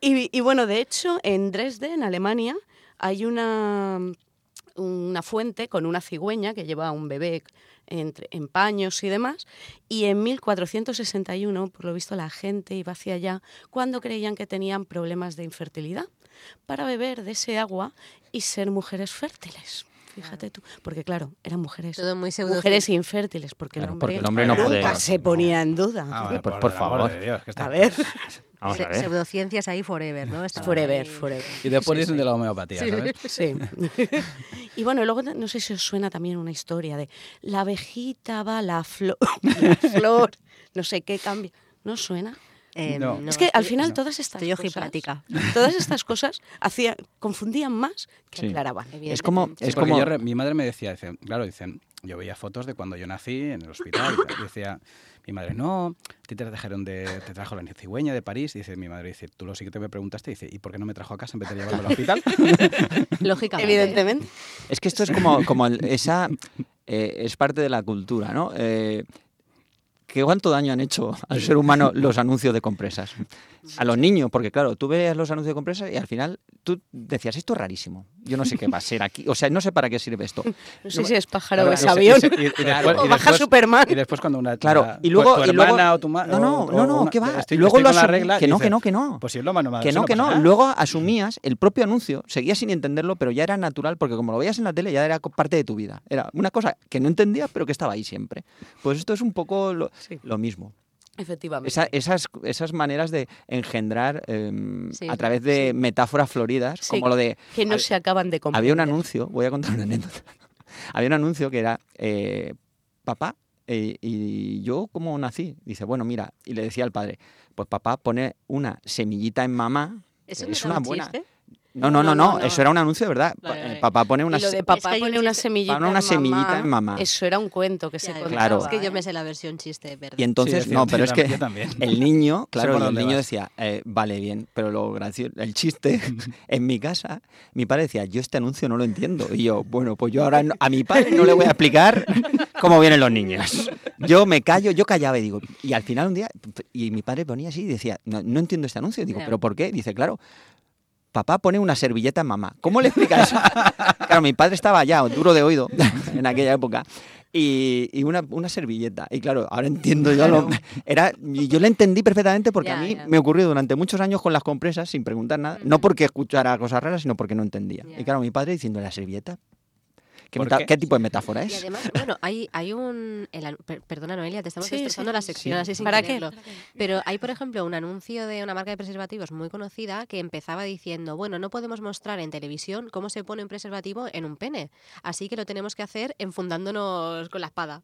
Speaker 1: Y, y bueno, de hecho, en Dresde, en Alemania, hay una, una fuente con una cigüeña que lleva a un bebé entre- en paños y demás. Y en 1461, por lo visto, la gente iba hacia allá cuando creían que tenían problemas de infertilidad para beber de ese agua y ser mujeres fértiles. Fíjate tú, porque claro, eran mujeres,
Speaker 2: Todo muy pseudo.
Speaker 1: mujeres infértiles, porque, el
Speaker 3: Claro,
Speaker 1: hombre
Speaker 3: porque el hombre no
Speaker 1: nunca
Speaker 3: puede-
Speaker 1: se ponía en duda.
Speaker 4: Ah,
Speaker 3: vale, pues,
Speaker 4: el
Speaker 3: por
Speaker 4: amor
Speaker 3: favor.
Speaker 4: de Dios, que está-
Speaker 1: A ver,
Speaker 3: Vamos a
Speaker 2: pse-
Speaker 3: ver.
Speaker 2: Pseudociencias ahí forever, ¿no? Está
Speaker 1: forever,
Speaker 2: ahí.
Speaker 1: forever.
Speaker 4: Y después dicen de la homeopatía, ¿sabes?
Speaker 1: Sí. y bueno, luego no sé si os suena también una historia de la abejita va a la flor, la flor, no sé qué cambia. ¿No suena?
Speaker 2: Eh,
Speaker 4: No.
Speaker 2: no,
Speaker 1: es que al
Speaker 2: estoy-
Speaker 1: final
Speaker 4: no.
Speaker 1: todas estas
Speaker 2: estoy
Speaker 1: cosas,
Speaker 2: ojiplática.
Speaker 1: todas estas cosas hacía, confundían más que
Speaker 3: Sí.
Speaker 1: aclaraban.
Speaker 3: Es como,
Speaker 2: evidentemente.
Speaker 4: Sí,
Speaker 3: es
Speaker 4: porque
Speaker 3: como
Speaker 4: yo re- mi madre me decía, dice, claro, dicen, yo veía fotos de cuando yo nací en el hospital. y tal, y decía, mi madre, no, a ti te trajeron de, te trajo la cigüeña de París. Dice, mi madre, dice, tú lo sí que te me preguntaste, dice, ¿y por qué no me trajo a casa en vez de llevarme al hospital?
Speaker 2: Lógicamente.
Speaker 1: Evidentemente.
Speaker 3: Es que esto es como, como el- esa. eh, es parte de la cultura, ¿no? Eh, ¿Qué cuánto daño han hecho al ser humano los anuncios de compresas? A los niños, porque claro, tú veías los anuncios de compresas y al final tú decías, esto es rarísimo, yo no sé qué va a ser aquí, o sea, no sé para qué sirve esto.
Speaker 1: No sé si es pájaro
Speaker 4: Claro,
Speaker 1: o
Speaker 4: y
Speaker 1: es
Speaker 4: se- y
Speaker 1: avión.
Speaker 4: se- y- y después-
Speaker 1: O
Speaker 4: y
Speaker 1: baja
Speaker 4: después-
Speaker 1: Superman.
Speaker 4: Y después cuando una
Speaker 3: Claro,
Speaker 4: una-
Speaker 3: y luego...
Speaker 4: tu
Speaker 3: y luego-
Speaker 4: hermana o tu ma-
Speaker 3: No, no,
Speaker 4: o-
Speaker 3: no, no,
Speaker 4: o una-
Speaker 3: ¿qué va?
Speaker 4: estoy-
Speaker 3: luego
Speaker 4: estoy con la
Speaker 3: asum-
Speaker 4: regla,
Speaker 3: Que no,
Speaker 4: dices,
Speaker 3: que no, que no.
Speaker 4: Pues si es lo más normal,
Speaker 3: Que
Speaker 4: eso
Speaker 3: no, que
Speaker 4: pasa
Speaker 3: no.
Speaker 4: nada.
Speaker 3: Luego asumías el propio anuncio, seguías sin entenderlo, pero ya era natural, porque como lo veías en la tele ya era co- parte de tu vida. Era una cosa que no entendías, pero que estaba ahí siempre. Pues esto es un poco lo,
Speaker 1: Sí.
Speaker 3: lo mismo.
Speaker 1: Efectivamente.
Speaker 3: Esa- esas, esas maneras de engendrar em,
Speaker 2: Sí,
Speaker 3: a través de metáforas floridas,
Speaker 1: Sí,
Speaker 3: como lo de...
Speaker 1: que no
Speaker 3: hab-
Speaker 1: se acaban de comprar.
Speaker 3: había un anuncio, voy a contar una anécdota. había un anuncio que era, eh, papá, eh, ¿y yo cómo nací? Dice, bueno, mira, y le decía al padre, pues papá pone una semillita en mamá.
Speaker 2: Eso
Speaker 3: que
Speaker 2: no
Speaker 3: es
Speaker 2: era
Speaker 3: una
Speaker 2: un
Speaker 3: buena...
Speaker 2: chiste.
Speaker 3: No, no, no, no, eso era un anuncio de verdad.
Speaker 2: Vale,
Speaker 3: Pa-
Speaker 2: vale.
Speaker 3: el Papá pone una...
Speaker 1: Y lo de
Speaker 3: se-
Speaker 2: Es que
Speaker 1: papá
Speaker 2: hay un
Speaker 1: pone una
Speaker 2: chiste-
Speaker 1: semillita,
Speaker 3: Pone una
Speaker 1: en
Speaker 3: semillita
Speaker 1: mamá.
Speaker 3: en mamá.
Speaker 1: Eso era un cuento que se
Speaker 2: Ya,
Speaker 1: contaba.
Speaker 3: Claro.
Speaker 2: Es que yo me
Speaker 1: ¿eh?
Speaker 2: sé la versión chiste, de verdad.
Speaker 3: Y entonces,
Speaker 4: Sí,
Speaker 3: no,
Speaker 4: yo
Speaker 3: pero es que
Speaker 4: también, yo también.
Speaker 3: el niño,
Speaker 4: por
Speaker 3: claro, el
Speaker 4: dónde
Speaker 3: niño
Speaker 4: vas.
Speaker 3: decía, eh, vale, bien, pero lo gracioso, el chiste, en mi casa, mi padre decía, yo este anuncio no lo entiendo. Y yo, bueno, pues yo ahora no- a mi padre no le voy a explicar cómo vienen los niños. Yo me callo, yo callaba y digo, y al final un día, y mi padre ponía así y decía, no, no entiendo este anuncio. Digo,
Speaker 2: Ya.
Speaker 3: ¿pero por qué? Dice, claro. Papá pone una servilleta en mamá. ¿Cómo le explicas eso? Claro, mi padre estaba ya duro de oído en aquella época. y, y una, una servilleta. Y claro, ahora entiendo yo lo- era y Yo la entendí perfectamente porque
Speaker 2: Ya,
Speaker 3: a mí
Speaker 2: ya.
Speaker 3: me ocurrió durante muchos años con las compresas sin preguntar nada. No porque escuchara cosas raras, sino porque no entendía.
Speaker 2: Ya.
Speaker 3: Y claro, mi padre diciendo la servilleta. ¿Qué,
Speaker 4: ¿Por
Speaker 3: meta-
Speaker 4: qué?
Speaker 3: qué tipo de metáfora
Speaker 2: Y
Speaker 3: es?
Speaker 2: además, bueno, hay, hay un... el anu- per- perdona, Noelia, te estamos
Speaker 1: Sí,
Speaker 2: destrozando
Speaker 1: sí.
Speaker 2: la sección
Speaker 3: Sí.
Speaker 2: así sin
Speaker 5: ¿Para qué?
Speaker 2: quererlo. Pero hay, por ejemplo, un anuncio de una marca de preservativos muy conocida que empezaba diciendo, bueno, no podemos mostrar en televisión cómo se pone un preservativo en un pene, así que lo tenemos que hacer enfundándonos con la espada.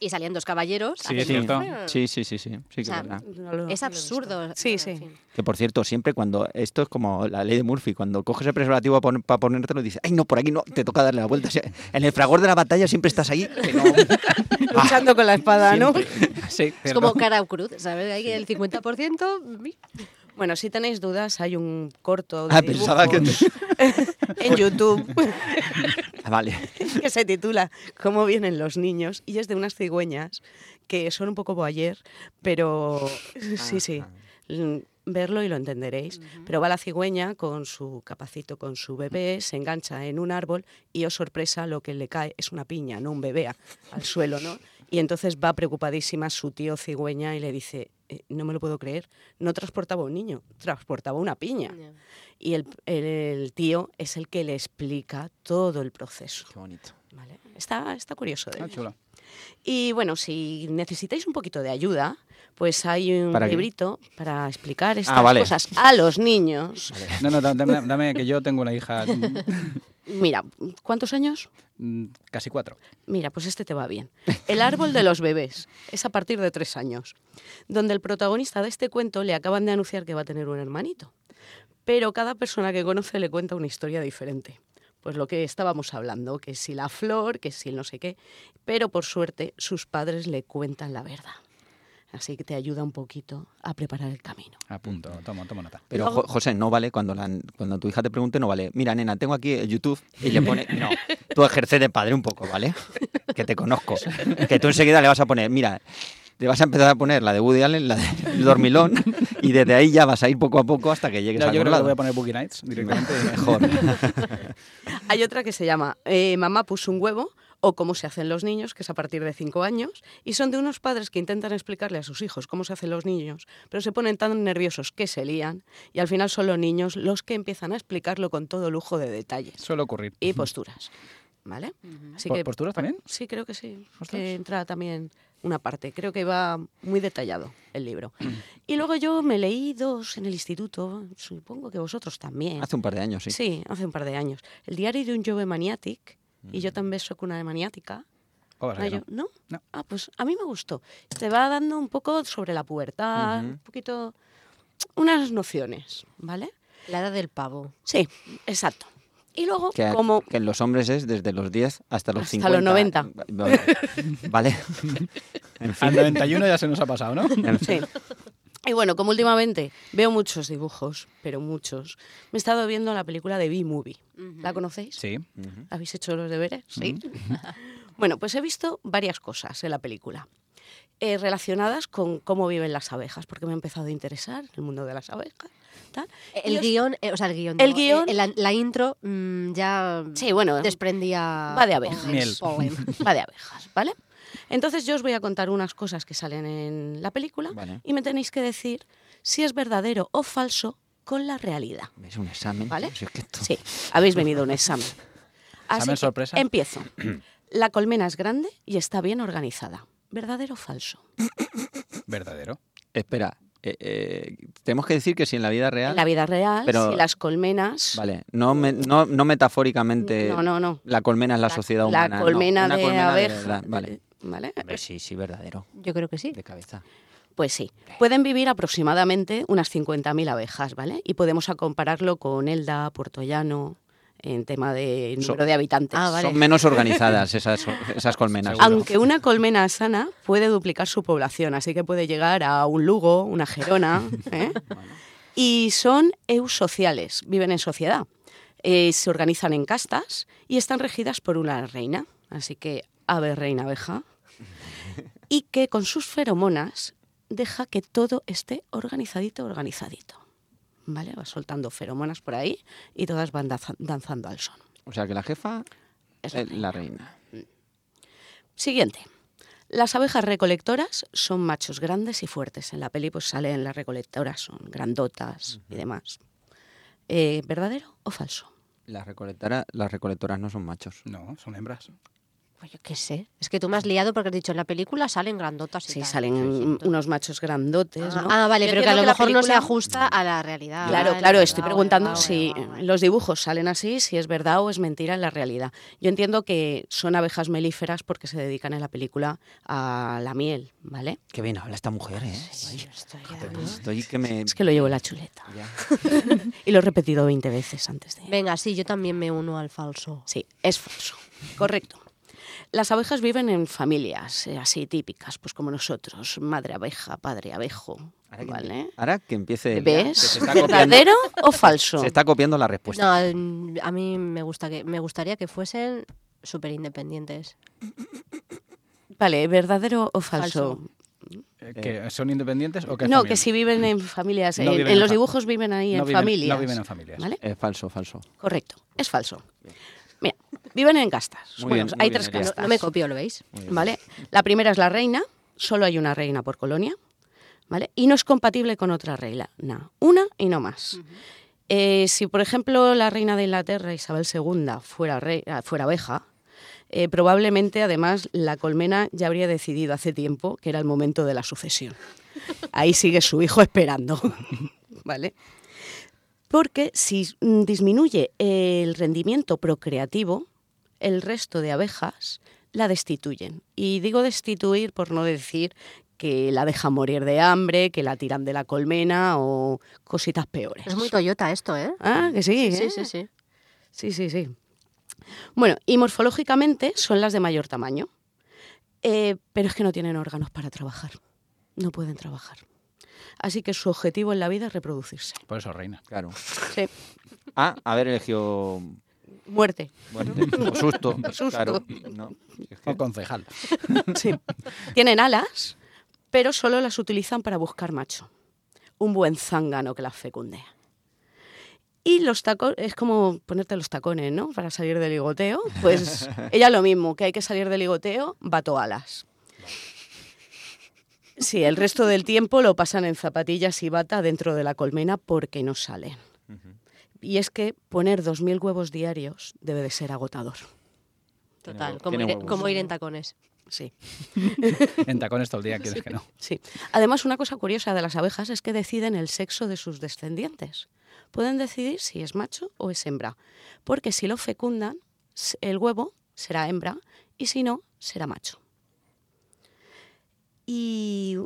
Speaker 2: Y salían dos caballeros.
Speaker 4: Sí,
Speaker 2: haciendo-
Speaker 4: es cierto.
Speaker 3: Sí, sí, sí, sí. sí que es
Speaker 2: sea,
Speaker 3: verdad.
Speaker 2: Es absurdo.
Speaker 5: Sí,
Speaker 2: Bueno,
Speaker 5: sí.
Speaker 2: en fin.
Speaker 3: Que por cierto, siempre cuando. Esto es como la ley de Murphy. Cuando coges el preservativo para ponértelo, dices, ay, no, por aquí no, te toca darle la vuelta. O sea, en el fragor de la batalla siempre estás ahí. que no-
Speaker 5: Luchando con la
Speaker 1: Ah,
Speaker 3: Ah,
Speaker 5: espada, ¿no?
Speaker 4: Sí,
Speaker 2: Es
Speaker 4: cierto.
Speaker 2: como cara o cruz, ¿sabes? Hay el 50%. mi-
Speaker 1: Bueno, si tenéis dudas, hay un corto de
Speaker 3: Ah, pensaba que.
Speaker 1: dibujos en YouTube
Speaker 3: Ah, Vale.
Speaker 1: que se titula ¿Cómo vienen los niños? y es de unas cigüeñas que son un poco boyer, pero sí, sí. L- Verlo y lo entenderéis. Pero va la cigüeña con su capacito, con su bebé, se engancha en un árbol y, oh sorpresa, lo que le cae es una piña, no un bebé, a- al suelo, ¿no? Y entonces va preocupadísima su tío cigüeña y le dice, "Eh, no me lo puedo creer, no transportaba un niño, transportaba una piña. Y el, el- el tío es el que le explica todo el proceso.
Speaker 3: Qué bonito.
Speaker 1: ¿vale? Está, está curioso. ¿eh?
Speaker 4: Ah, chulo.
Speaker 1: Y bueno, si necesitáis un poquito de ayuda, pues hay un
Speaker 3: ¿Para qué? Ah,
Speaker 1: librito para explicar estas
Speaker 3: vale.
Speaker 1: cosas a los niños.
Speaker 4: No, no, dame, dame- dame que yo tengo una hija mm,
Speaker 1: Mira, ¿cuántos años?
Speaker 4: mm, casi cuatro.
Speaker 1: Mira, pues este te va bien. El árbol de los bebés es a partir de tres años, donde el protagonista de este cuento le acaban de anunciar que va a tener un hermanito. Pero cada persona que conoce le cuenta una historia diferente. Pues lo que estábamos hablando, que si la flor, que si el no sé qué. Pero por suerte sus padres le cuentan la verdad. Así que te ayuda un poquito a preparar el camino.
Speaker 4: A punto,
Speaker 3: Mm.
Speaker 4: tomo, tomo nota.
Speaker 3: Pero Jo- José, no vale cuando, la- cuando tu hija te pregunte, no vale. Mira, nena, tengo aquí el YouTube y le pone, no, tú ejerces de padre un poco, ¿vale? Que te conozco. Que tú enseguida le vas a poner, mira, te vas a empezar a poner la de Woody Allen, la de Dormilón, y desde ahí ya vas a ir poco a poco hasta que llegues
Speaker 4: No,
Speaker 3: a algún
Speaker 4: yo creo que
Speaker 3: lado.
Speaker 4: voy a poner Boogie Nights directamente.
Speaker 3: Mejor.
Speaker 1: Hay otra que se llama eh, Mamá puso un huevo o cómo se hacen los niños, que es a partir de 5 años, y son de unos padres que intentan explicarle a sus hijos cómo se hacen los niños, pero se ponen tan nerviosos que se lían, y al final son los niños los que empiezan a explicarlo con todo lujo de detalles
Speaker 4: Suele ocurrir.
Speaker 1: y pues, posturas. ¿Vale? Así
Speaker 4: ¿Por- ¿Posturas también?
Speaker 1: Sí, creo que sí.
Speaker 4: Ostras.
Speaker 1: Que entra también una parte. Creo que va muy detallado el libro. Y luego yo me leí dos en el instituto, supongo que vosotros también.
Speaker 3: Hace un par de años, sí.
Speaker 1: Sí, hace un par de años. El diario de un jove maniàtic, y
Speaker 3: Mm.
Speaker 1: yo también soy una maniática.
Speaker 4: O vas a
Speaker 1: Ah,
Speaker 4: que
Speaker 1: yo-
Speaker 4: no.
Speaker 1: ¿no?
Speaker 4: No.
Speaker 1: Ah, pues a mí me gustó. Te va dando un poco sobre la pubertad,
Speaker 3: Ujú.
Speaker 1: un poquito, unas nociones, ¿vale?
Speaker 2: La edad del pavo.
Speaker 1: Sí, exacto. Y luego,
Speaker 3: Que,
Speaker 1: como...
Speaker 3: que en los hombres es desde los 10 hasta los
Speaker 1: Hasta
Speaker 3: 50.
Speaker 1: los 90.
Speaker 3: Vale. Vale. En
Speaker 4: Al
Speaker 3: fin.
Speaker 4: 91 ya se nos ha pasado, ¿no?
Speaker 3: En fin.
Speaker 1: Sí. Y bueno, como últimamente veo muchos dibujos, pero muchos, me he estado viendo la película de B-Movie. ¿La conocéis?
Speaker 4: Sí.
Speaker 1: ¿Habéis hecho los deberes? Sí.
Speaker 4: Mm.
Speaker 1: bueno, pues he visto varias cosas en la película eh, relacionadas con cómo viven las abejas, porque me ha empezado a interesar el mundo de las abejas. tal. Y
Speaker 2: El
Speaker 1: os-
Speaker 2: guión, eh, o sea, el guión.
Speaker 1: El
Speaker 2: no,
Speaker 1: guión-
Speaker 2: eh, la, la intro mm, ya
Speaker 1: Sí, bueno,
Speaker 2: desprendía.
Speaker 1: va de abejas.
Speaker 4: Miel.
Speaker 2: polen.
Speaker 1: Va de abejas, ¿vale? Entonces yo os voy a contar unas cosas que salen en la película
Speaker 3: Vale.
Speaker 1: y me tenéis que decir si es verdadero o falso con la realidad.
Speaker 3: Es un examen.
Speaker 1: ¿Vale?
Speaker 3: Si es que esto-
Speaker 1: Sí, habéis venido a un examen.
Speaker 4: ¿Examen
Speaker 1: que
Speaker 4: sorpresa?
Speaker 1: Empiezo. La colmena es grande y está bien organizada. ¿Verdadero o falso?
Speaker 4: Verdadero.
Speaker 3: Espera, eh, eh, tenemos que decir que si en la vida real.
Speaker 1: En la vida real,
Speaker 3: Pero-
Speaker 1: si las colmenas.
Speaker 3: Vale, no, me- no, no metafóricamente.
Speaker 1: No, no, no.
Speaker 3: La colmena es la,
Speaker 1: la-
Speaker 3: sociedad
Speaker 1: la
Speaker 3: humana. no,
Speaker 1: colmena
Speaker 3: una
Speaker 1: de abeja. Eh,
Speaker 3: verdad, vale.
Speaker 1: ¿Vale?
Speaker 3: sí, sí, verdadero.
Speaker 2: Yo creo que sí.
Speaker 3: De cabeza.
Speaker 1: Pues sí. Pueden vivir aproximadamente unas 50.000 abejas, ¿vale? Y podemos a compararlo con Elda, Puertollano, en tema de
Speaker 3: So-
Speaker 1: número de habitantes.
Speaker 2: Ah, vale.
Speaker 3: Son menos organizadas esas, esas colmenas.
Speaker 4: Seguro.
Speaker 1: Aunque una colmena sana puede duplicar su población, así que puede llegar a un Lugo, una Gerona. ¿eh? Y son eusociales, viven en sociedad. Eh, se organizan en castas y están regidas por una reina, así que ave, reina, abeja. Y que con sus feromonas deja que todo esté organizadito, organizadito. ¿Vale? Va soltando feromonas por ahí y todas van danza- danzando al son.
Speaker 3: O sea que la jefa
Speaker 1: Es
Speaker 3: es la reina.
Speaker 1: Siguiente. Las abejas recolectoras son machos grandes y fuertes. En la peli pues salen las recolectoras, son grandotas y demás. Eh, ¿Verdadero o falso?
Speaker 3: Las, recolectora- las recolectoras no son machos.
Speaker 4: No, son hembras.
Speaker 2: Pues yo qué sé. Es que tú me has liado porque has dicho en la película salen grandotas. y
Speaker 1: Sí,
Speaker 2: tal.
Speaker 1: salen unos machos grandotes,
Speaker 2: Ah,
Speaker 1: ¿no?
Speaker 2: ah, vale,
Speaker 1: Yo
Speaker 2: pero que a
Speaker 1: entiendo
Speaker 2: lo
Speaker 1: la
Speaker 2: mejor no se
Speaker 1: película-
Speaker 2: ajusta a la realidad. Ah,
Speaker 1: Claro,
Speaker 2: Vale,
Speaker 1: claro, estoy
Speaker 2: vale,
Speaker 1: preguntando
Speaker 2: vale,
Speaker 1: si
Speaker 2: vale, vale.
Speaker 1: los dibujos salen así, si es verdad o es mentira en la realidad. Yo entiendo que son abejas melíferas porque se dedican en la película a la miel, ¿vale?
Speaker 3: Qué bien habla esta mujer, ¿eh?
Speaker 2: Sí, yo estoy
Speaker 3: Joder,
Speaker 2: quedando-
Speaker 3: pues estoy que me...
Speaker 1: Es que lo llevo en la chuleta.
Speaker 3: Ya.
Speaker 1: Y lo he repetido 20 veces antes de...
Speaker 2: Venga, sí, yo también me uno al falso.
Speaker 1: Sí, es falso. Correcto. Las abejas viven en familias eh, así típicas, pues como nosotros, madre abeja, padre abejo,
Speaker 3: Ahora que,
Speaker 1: ¿vale?
Speaker 3: ahora que empiece... el- que se
Speaker 1: ¿Ves?
Speaker 3: está copiando-
Speaker 1: ¿Verdadero o falso?
Speaker 3: Se está copiando la
Speaker 1: Pues
Speaker 3: respuesta.
Speaker 2: No, mm, a mí me, gusta que, me gustaría que fuesen súper independientes.
Speaker 1: Vale, ¿verdadero o falso?
Speaker 4: Eh, ¿Que son independientes o que
Speaker 1: No,
Speaker 4: familia?
Speaker 1: que si viven en familias.
Speaker 4: No
Speaker 1: en
Speaker 4: viven
Speaker 1: en
Speaker 4: en
Speaker 1: los
Speaker 4: fa-
Speaker 1: dibujos viven ahí
Speaker 4: no
Speaker 1: en
Speaker 4: viven-
Speaker 1: familias.
Speaker 4: no viven en familias.
Speaker 1: ¿Vale?
Speaker 3: Es Eh, falso, falso.
Speaker 1: Correcto. Es falso. Mira, viven en castas.
Speaker 3: Muy
Speaker 1: bueno,
Speaker 3: bien,
Speaker 1: hay
Speaker 3: muy
Speaker 1: tres
Speaker 3: bien, Nerea.
Speaker 2: No,
Speaker 1: castas.
Speaker 2: no me copio, ¿lo veis?
Speaker 1: ¿Vale? La primera es la reina. Solo hay una reina por colonia. ¿Vale? Y no es compatible con otra reina. Una y no más. Eh, si, por ejemplo, la reina de Inglaterra, Isabel II, fuera, rei- ah, fuera abeja, eh, probablemente, además, la colmena ya habría decidido hace tiempo que era el momento de la sucesión. Ahí sigue su hijo esperando. ¿Vale? Porque si mm, disminuye el rendimiento procreativo, el resto de abejas la destituyen. Y digo destituir por no decir que la dejan morir de hambre, que la tiran de la colmena o cositas peores.
Speaker 2: Es muy Toyota esto, ¿eh?
Speaker 1: Ah, que sí,
Speaker 2: Sí,
Speaker 1: ¿eh?
Speaker 2: sí, sí.
Speaker 1: Sí, sí, sí. Bueno, y morfológicamente son las de mayor tamaño, eh, pero es que no tienen órganos para trabajar. No pueden trabajar. Así que su objetivo en la vida es reproducirse.
Speaker 4: Por eso reina.
Speaker 3: Claro.
Speaker 1: Sí.
Speaker 3: Ah, haber elegido
Speaker 1: Muerte.
Speaker 3: muerte o susto.
Speaker 1: Susto.
Speaker 3: Claro. No. Es que-
Speaker 4: O concejal.
Speaker 1: Sí. Tienen alas, pero solo las utilizan para buscar macho. Un buen zángano que las fecunde. Y los tacones, es como ponerte los tacones, ¿no? Para salir del ligoteo. Pues ella lo mismo, que hay que salir del ligoteo, bato alas. Sí, el resto del tiempo lo pasan en zapatillas y bata dentro de la colmena porque no salen. Y es que poner 2.000 huevos diarios debe de ser agotador.
Speaker 2: Total,
Speaker 3: hue-
Speaker 2: como
Speaker 3: tiene
Speaker 2: ir,
Speaker 3: huevos.
Speaker 2: como ir en tacones.
Speaker 1: Sí.
Speaker 4: En tacones todo el día, quieres que no.
Speaker 1: Sí. Además, una cosa curiosa de las abejas es que deciden el sexo de sus descendientes. Pueden decidir si es macho o es hembra, porque si lo fecundan, s- el huevo será hembra y si no, será macho. ¿Y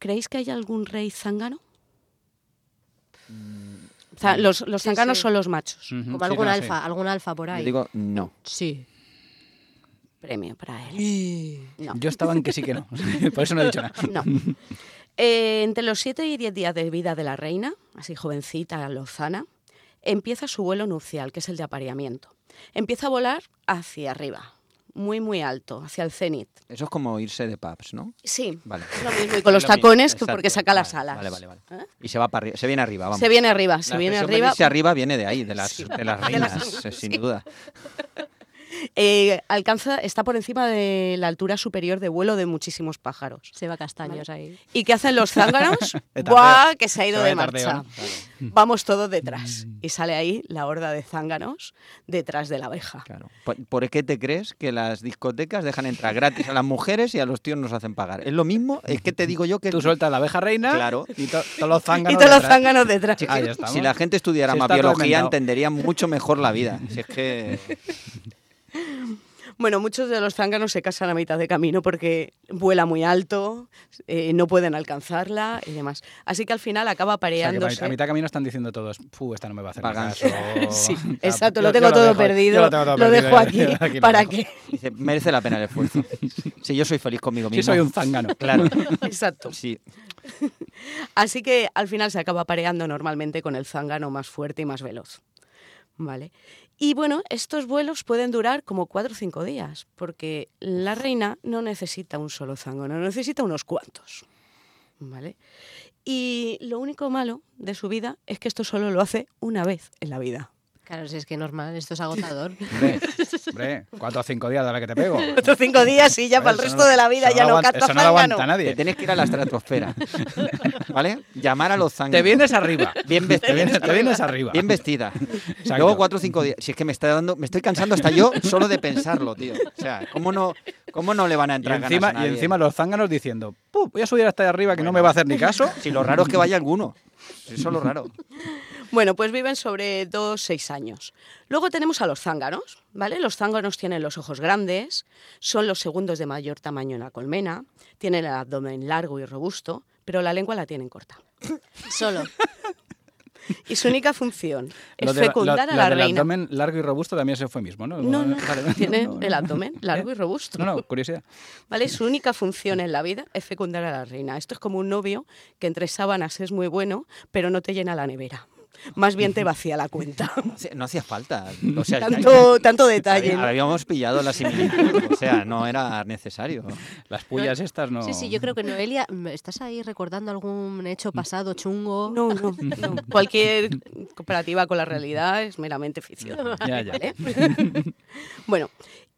Speaker 1: creéis que hay algún rey zángano? Za- los los
Speaker 2: Sí,
Speaker 1: zánganos
Speaker 2: sí.
Speaker 1: son los machos.
Speaker 4: Ujú,
Speaker 2: Como
Speaker 4: Mm, sí,
Speaker 2: algún
Speaker 4: no, sí.
Speaker 2: alfa, algún alfa por
Speaker 3: Yo
Speaker 2: ahí.
Speaker 3: digo no.
Speaker 2: Sí.
Speaker 1: Premio para él. No.
Speaker 4: Yo estaba en que sí que no. Por eso no he dicho nada.
Speaker 1: No. Eh, entre los 7 y 10 días de vida de la reina, así jovencita, lozana, empieza su vuelo nupcial, que es el de apareamiento. Empieza a volar hacia arriba, muy, muy alto, hacia el cenit.
Speaker 3: Eso es como irse de pubs, ¿no?
Speaker 1: Sí,
Speaker 3: Vale.
Speaker 1: lo mismo y con los
Speaker 3: Lo mismo,
Speaker 1: tacones, que
Speaker 3: exacto.
Speaker 1: porque saca las
Speaker 3: Vale,
Speaker 1: alas.
Speaker 3: Vale, vale, vale.
Speaker 1: ¿Eh?
Speaker 3: Y se va para arriba, se viene arriba, vamos.
Speaker 1: Se viene arriba, se
Speaker 3: La
Speaker 1: viene
Speaker 3: expresión de
Speaker 1: arriba.
Speaker 3: irse arriba viene de ahí, de las, de las reinas, eh, sin duda.
Speaker 1: Eh, alcanza, está por encima de la altura superior de vuelo de muchísimos pájaros.
Speaker 2: Se va castaños ahí.
Speaker 1: ¿Y qué hacen los zánganos?
Speaker 4: De
Speaker 1: ¡Buah!
Speaker 4: tardeo.
Speaker 1: Que se ha ido
Speaker 4: Se va
Speaker 1: de
Speaker 4: de tardeo,
Speaker 1: marcha.
Speaker 4: ¿no?
Speaker 1: Vamos todos detrás.
Speaker 4: Mm.
Speaker 1: Y sale ahí la horda de zánganos detrás de la abeja.
Speaker 3: Claro. ¿Por, por qué te crees que las discotecas dejan entrar gratis a las mujeres y a los tíos nos hacen pagar? Es lo mismo, es que te digo yo que
Speaker 4: Tú sueltas la abeja reina
Speaker 3: Claro.
Speaker 4: y to- todos los zánganos
Speaker 1: Y todos los
Speaker 4: detrás.
Speaker 1: zánganos detrás.
Speaker 4: Chica, Ahí estamos.
Speaker 3: si la gente estudiara
Speaker 4: Sí,
Speaker 3: más
Speaker 4: está todo
Speaker 3: biología
Speaker 4: inventado.
Speaker 3: entendería mucho mejor la vida. Si es que
Speaker 1: Bueno, muchos de los zánganos se casan a mitad de camino porque vuela muy alto, eh, no pueden alcanzarla y demás. Así que al final acaba
Speaker 4: O sea, que
Speaker 1: pareándose.
Speaker 4: a mitad camino están diciendo todos, "Fu, esta no me va a hacer
Speaker 3: Pagan.
Speaker 4: caso".
Speaker 1: Sí,
Speaker 4: Ah,
Speaker 1: exacto,
Speaker 4: yo-
Speaker 1: lo
Speaker 4: yo
Speaker 1: tengo todo
Speaker 4: dejo- yo
Speaker 1: perdido. Lo,
Speaker 4: tengo todo perdido,
Speaker 1: dejo
Speaker 4: yo-
Speaker 1: aquí.
Speaker 4: yo aquí lo
Speaker 1: ¿Para
Speaker 4: dejo.
Speaker 1: qué?
Speaker 3: dice, merece la pena el esfuerzo. Si yo soy feliz conmigo mismo.
Speaker 4: Sí, soy un zángano.
Speaker 3: Claro.
Speaker 1: Exacto.
Speaker 3: Sí.
Speaker 1: Así que al final se acaba pareando normalmente con el zángano más fuerte y más veloz. ¿Vale? Y bueno, estos vuelos pueden durar como cuatro o cinco días, porque la reina no necesita un solo zángano, necesita unos cuantos. ¿Vale? Y lo único malo de su vida es que esto solo lo hace una vez en la vida.
Speaker 2: Claro, si es que normal, esto es agotador.
Speaker 4: Hombre, hombre, cuatro o cinco días de la que te pego.
Speaker 1: Otros cinco días y ya para el
Speaker 4: Eso
Speaker 1: resto de la vida
Speaker 4: eso
Speaker 1: ya
Speaker 4: lo
Speaker 1: no
Speaker 4: aguanta-
Speaker 1: canto
Speaker 4: Eso no lo aguanta
Speaker 1: zángano.
Speaker 3: Te
Speaker 4: nadie.
Speaker 3: tienes que ir a la estratosfera. ¿Vale? Llamar a los zánganos.
Speaker 4: Te vienes arriba.
Speaker 3: Bien vestida.
Speaker 4: Te vienes, te vienes arriba.
Speaker 3: Bien vestida. Luego cuatro o cinco días. Si es que me está dando, me estoy cansando hasta yo solo de pensarlo, tío. O sea, ¿cómo no, cómo no le van a
Speaker 4: Y
Speaker 3: entrar
Speaker 4: encima,
Speaker 3: ganas a
Speaker 4: y
Speaker 3: nadie?
Speaker 4: encima los zánganos diciendo, "Puh, voy a subir hasta ahí arriba que no me va a hacer ni caso.
Speaker 3: Si lo raro es que vaya alguno. Eso es lo raro.
Speaker 1: Bueno, pues viven sobre dos, seis años. Luego tenemos a los zánganos, ¿vale? Los zánganos tienen los ojos grandes, son los segundos de mayor tamaño en la colmena, tienen el abdomen largo y robusto, pero la lengua la tienen corta.
Speaker 2: Solo.
Speaker 1: Y su única función es
Speaker 4: Lo de- lo-
Speaker 1: fecundar
Speaker 4: lo
Speaker 1: a la
Speaker 4: del
Speaker 1: reina.
Speaker 4: abdomen largo y robusto también se fue mismo, ¿no?
Speaker 1: No, no,
Speaker 4: Vale, vale,
Speaker 1: tienen
Speaker 4: no, no.
Speaker 1: el abdomen largo y robusto.
Speaker 4: No, no, curiosidad.
Speaker 1: ¿vale? Su única función en la vida es fecundar a la reina. Esto es como un novio que entre sábanas es muy bueno, pero no te llena la nevera. Más bien te vacía la cuenta.
Speaker 3: No hacía falta. O sea,
Speaker 1: tanto, tanto detalle.
Speaker 3: había- habíamos pillado la similitud. O sea, no era necesario.
Speaker 4: Las pullas estas no. Mm.
Speaker 2: Sí, sí, yo creo que Noelia, ¿me ¿estás ahí recordando algún hecho pasado chungo?
Speaker 1: No, no, no. Cualquier comparativa con la realidad es meramente ficción.
Speaker 4: Ya, ya.
Speaker 1: Bueno,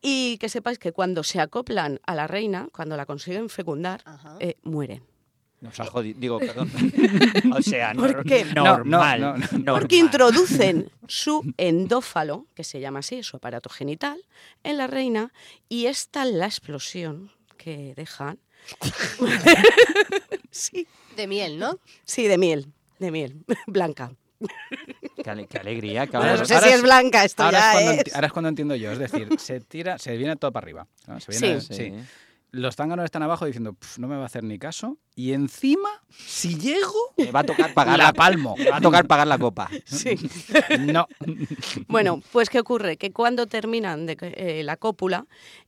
Speaker 1: y que sepáis que cuando se acoplan a la reina, cuando la consiguen fecundar,
Speaker 2: Ajá.
Speaker 1: eh, mueren.
Speaker 3: Nos ha jodido. Digo, perdón. O sea,
Speaker 1: ¿Por
Speaker 3: nor-
Speaker 1: qué?
Speaker 4: No, no,
Speaker 3: normal.
Speaker 4: no, no.
Speaker 1: Porque
Speaker 3: normal.
Speaker 1: introducen su endófalo, que se llama así, su aparato genital, en la reina y es tal la explosión que dejan. sí,
Speaker 2: De miel, ¿no?
Speaker 1: sí, de miel, de miel, blanca.
Speaker 3: Qué, ale- qué alegría. que
Speaker 1: Bueno,
Speaker 3: ahora-
Speaker 1: no sé si es blanca esto
Speaker 4: ahora
Speaker 1: ya,
Speaker 4: es cuando
Speaker 1: ¿eh?
Speaker 4: enti- ahora es cuando entiendo yo. Es decir, se tira, se viene todo para arriba. ¿no? Se viene-
Speaker 3: Sí.
Speaker 4: sí. Los zánganos están abajo diciendo, "Pf, no me va a hacer ni caso. Y encima, si llego,
Speaker 3: Me va a tocar pagar
Speaker 4: la
Speaker 3: la,
Speaker 4: palmo.
Speaker 3: me va a tocar pagar la copa.
Speaker 1: Sí.
Speaker 4: No.
Speaker 1: Bueno, pues ¿qué ocurre? Que cuando terminan de, eh, la cópula,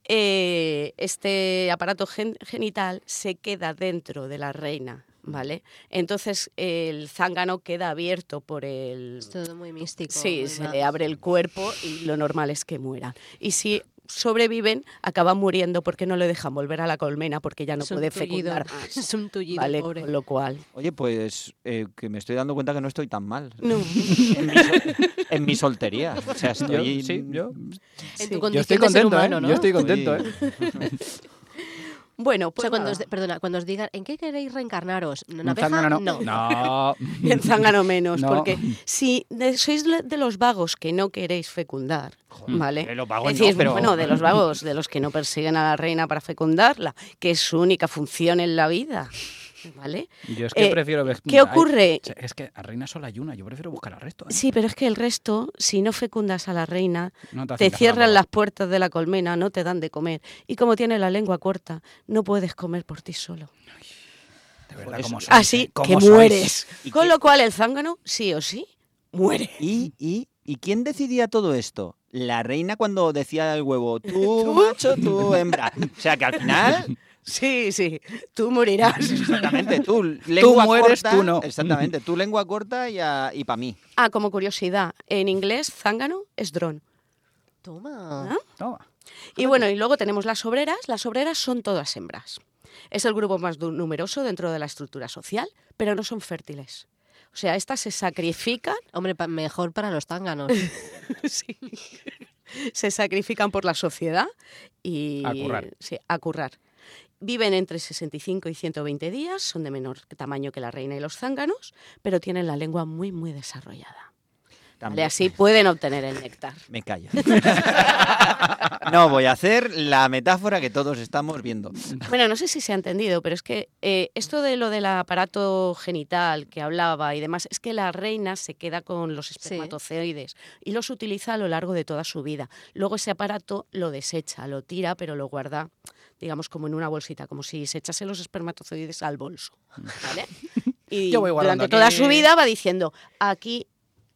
Speaker 1: eh, este aparato gen- genital se queda dentro de la reina, ¿vale? Entonces el zángano queda abierto por el...
Speaker 2: Es todo muy místico.
Speaker 1: Sí,
Speaker 2: muy
Speaker 1: se
Speaker 2: ma-
Speaker 1: le abre el cuerpo y lo normal es que mueran. Y si sobreviven, acaban muriendo porque no le dejan volver a la colmena porque ya no
Speaker 2: es un
Speaker 1: puede
Speaker 2: tullido, ah,
Speaker 1: fecundar.
Speaker 2: Es un tullido,
Speaker 1: Vale,
Speaker 2: pobre.
Speaker 1: con lo cual...
Speaker 3: Oye, pues eh, que me estoy dando cuenta que no estoy tan mal
Speaker 1: No.
Speaker 3: en, mi sol- en mi soltería. O sea,
Speaker 4: Yo,
Speaker 3: estoy.
Speaker 4: sí, yo,
Speaker 2: En
Speaker 1: Sí.
Speaker 2: tu
Speaker 1: Yo
Speaker 2: condición
Speaker 4: yo estoy
Speaker 2: de ser
Speaker 4: contento,
Speaker 2: humano,
Speaker 4: ¿eh?
Speaker 2: ¿no?
Speaker 4: Yo estoy contento, ¿eh?
Speaker 1: Bueno,
Speaker 2: O
Speaker 1: pues
Speaker 2: sea, cuando os,
Speaker 1: nada.
Speaker 2: perdona, cuando os digan, ¿en qué queréis reencarnaros? ¿En una
Speaker 4: Un
Speaker 2: abeja?
Speaker 4: zángano
Speaker 2: no.
Speaker 4: No.
Speaker 1: En zángano menos,
Speaker 4: No.
Speaker 1: porque si de- sois le- de los vagos que no queréis fecundar, ¿vale?
Speaker 3: de los vagos
Speaker 1: Es decir,
Speaker 3: no, pero-
Speaker 1: Bueno, de los vagos, de los que no persiguen a la reina para fecundarla, que es su única función en la vida, ¿vale?
Speaker 4: Yo es que
Speaker 1: Eh,
Speaker 4: prefiero... ver-
Speaker 1: ¿qué
Speaker 4: Ay,
Speaker 1: ocurre?
Speaker 4: es que a Reina solo hay una. Yo prefiero buscar al resto. ¿eh?
Speaker 1: Sí, pero es que el resto, si no fecundas a la reina,
Speaker 4: No te
Speaker 1: te
Speaker 4: hacen
Speaker 1: cierran
Speaker 4: tampoco.
Speaker 1: las puertas de la colmena, no te dan de comer. Y como tiene la lengua corta, no puedes comer por ti solo.
Speaker 4: De
Speaker 3: Pues,
Speaker 4: verdad, como sois,
Speaker 1: Así
Speaker 4: ¿eh? ¿Cómo
Speaker 1: ah, que
Speaker 4: sois?
Speaker 1: mueres.
Speaker 3: ¿Y
Speaker 1: Con
Speaker 3: qué-
Speaker 1: lo cual el zángano, sí o sí, muere.
Speaker 3: ¿Y, y, ¿Y quién decidía todo esto? La reina cuando decía el huevo, tú macho, tú hembra. O sea, que al final,
Speaker 1: Sí, sí, tú morirás.
Speaker 3: exactamente, tú lengua
Speaker 4: mueres,
Speaker 3: corta,
Speaker 4: tú no.
Speaker 3: Exactamente, tú lengua corta y, a- y para mí.
Speaker 1: Ah, como curiosidad, en inglés zángano es dron.
Speaker 2: Toma.
Speaker 1: ¿Ah?
Speaker 4: Toma.
Speaker 1: Y
Speaker 4: Ah.
Speaker 1: bueno, y luego tenemos las obreras. Las obreras son todas hembras. Es el grupo más du- numeroso dentro de la estructura social, pero no son fértiles. O sea, estas se sacrifican,
Speaker 2: Hombre, pa- mejor para los zánganos.
Speaker 1: sí, se sacrifican por la sociedad y
Speaker 4: A currar.
Speaker 1: sí, a currar. Viven entre 65 y 120 días, son de menor tamaño que la reina y los zánganos, pero tienen la lengua muy, muy desarrollada. ¿vale?
Speaker 3: También.
Speaker 1: Así pueden obtener el néctar.
Speaker 3: Me callo. No, voy a hacer la metáfora que todos estamos viendo.
Speaker 1: Bueno, no sé si se ha entendido, pero es que eh, esto de lo del aparato genital que hablaba y demás, es que la reina se queda con los espermatozoides y los utiliza a lo largo de toda su vida. Luego ese aparato lo desecha, lo tira, pero lo guarda, digamos, como en una bolsita, como si se echase los espermatozoides al bolso. ¿vale? Y
Speaker 4: Mm. Yo voy guardando
Speaker 1: durante toda
Speaker 4: aquí.
Speaker 1: su vida va diciendo, aquí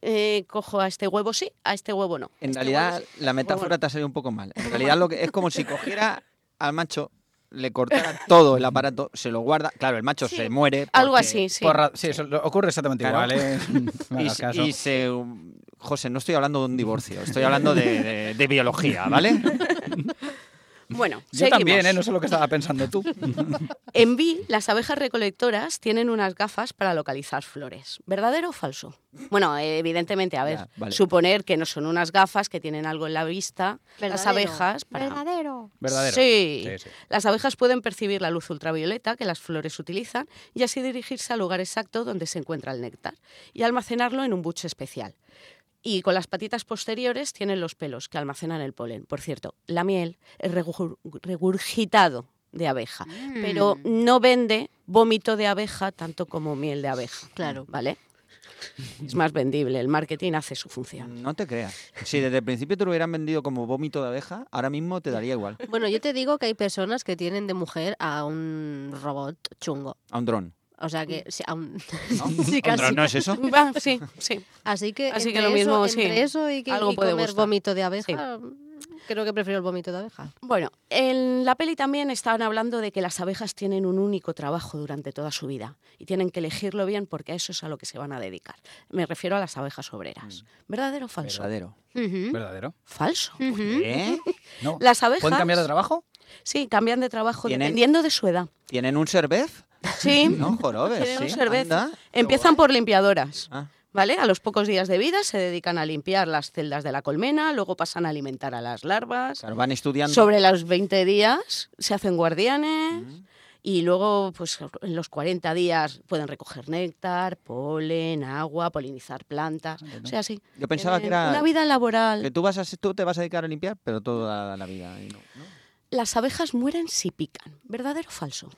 Speaker 1: eh, cojo a este huevo sí, a este huevo no.
Speaker 3: En
Speaker 1: Este
Speaker 3: realidad,
Speaker 1: huevo sí.
Speaker 3: la metáfora te ha salido un poco mal. En realidad, lo que es como si cogiera al macho, le cortara todo el aparato, se lo guarda. Claro, el macho
Speaker 1: Sí,
Speaker 3: se muere.
Speaker 1: Algo
Speaker 3: porque-
Speaker 1: así, sí.
Speaker 4: Por ra- sí, eso lo- ocurre exactamente
Speaker 3: Claro.
Speaker 4: igual, ¿eh? No
Speaker 3: Y,
Speaker 4: hagas
Speaker 3: se-
Speaker 4: caso.
Speaker 3: y se. um, José, no estoy hablando de un divorcio, estoy hablando de, de- de biología, ¿vale?
Speaker 1: Bueno,
Speaker 4: Yo
Speaker 1: seguimos.
Speaker 4: también, ¿eh? no sé lo que estaba pensando tú.
Speaker 1: En Bee, las abejas recolectoras tienen unas gafas para localizar flores. ¿Verdadero o falso? Bueno, eh, evidentemente, a ver,
Speaker 3: Ya, vale.
Speaker 1: suponer que no son unas gafas que tienen algo en la vista. Las
Speaker 2: Verdadero.
Speaker 1: abejas para...
Speaker 6: Verdadero.
Speaker 4: ¿Verdadero?
Speaker 1: Sí.
Speaker 4: Sí, sí.
Speaker 1: Las abejas pueden percibir la luz ultravioleta que las flores utilizan y así dirigirse al lugar exacto donde se encuentra el néctar y almacenarlo en un buche especial. Y con las patitas posteriores tienen los pelos que almacenan el polen. Por cierto, la miel es regur- regurgitado de abeja, pero
Speaker 3: Mm.
Speaker 1: no vende vómito de abeja tanto como miel de abeja.
Speaker 2: Claro.
Speaker 1: ¿Vale? Es más vendible, el marketing hace su función.
Speaker 3: No te creas. Si desde el principio te lo hubieran vendido como vómito de abeja, ahora mismo te daría igual.
Speaker 2: Bueno, yo te digo que hay personas que tienen de mujer a un robot chungo.
Speaker 3: A un dron.
Speaker 2: O sea
Speaker 1: Mm.
Speaker 2: que sí, a un-
Speaker 3: ¿No?
Speaker 2: sí,
Speaker 3: ¿Un
Speaker 2: casi.
Speaker 3: dron no es eso?
Speaker 1: Va, Ah, sí, sí.
Speaker 2: Así que,
Speaker 1: Así
Speaker 2: entre
Speaker 1: que lo mismo,
Speaker 2: eso,
Speaker 1: sí,
Speaker 2: entre eso y, que,
Speaker 1: algo
Speaker 2: y
Speaker 1: puede
Speaker 2: comer
Speaker 1: gustar.
Speaker 2: vómito de abeja, mm, creo que prefiero el vómito de abeja.
Speaker 1: Bueno, en la peli también estaban hablando de que las abejas tienen un único trabajo durante toda su vida y tienen que elegirlo bien porque a eso es a lo que se van a dedicar. Me refiero a las abejas obreras. ¿Verdadero o falso?
Speaker 3: Mm. Verdadero.
Speaker 4: ¿Verdadero?
Speaker 1: Falso.
Speaker 3: ¿Eh?
Speaker 4: No.
Speaker 1: Las abejas-
Speaker 4: ¿Pueden cambiar de trabajo?
Speaker 1: Sí, cambian de trabajo
Speaker 3: Tienen-
Speaker 1: dependiendo de su edad.
Speaker 3: ¿Tienen un cervez?
Speaker 1: Sí,
Speaker 3: No, jorobes.
Speaker 1: tienen
Speaker 3: sí.
Speaker 1: un cerveza.
Speaker 3: Anda.
Speaker 1: Empiezan por limpiadoras.
Speaker 3: Ah.
Speaker 1: ¿Vale? A los pocos días de vida se dedican a limpiar las celdas de la colmena, luego pasan a alimentar a las larvas.
Speaker 3: Claro, van estudiando.
Speaker 1: Sobre los 20 días se hacen guardianes
Speaker 3: Mm.
Speaker 1: y luego, pues en los 40 días pueden recoger néctar, polen, agua, polinizar plantas. O sea, sí.
Speaker 3: Yo pensaba que
Speaker 1: Tienen
Speaker 3: era-
Speaker 1: Una vida
Speaker 3: Que
Speaker 1: laboral.
Speaker 3: tú, vas a, tú te vas a dedicar a limpiar, pero toda la vida. y no, ¿no?
Speaker 1: Las abejas mueren si pican. ¿Verdadero o falso?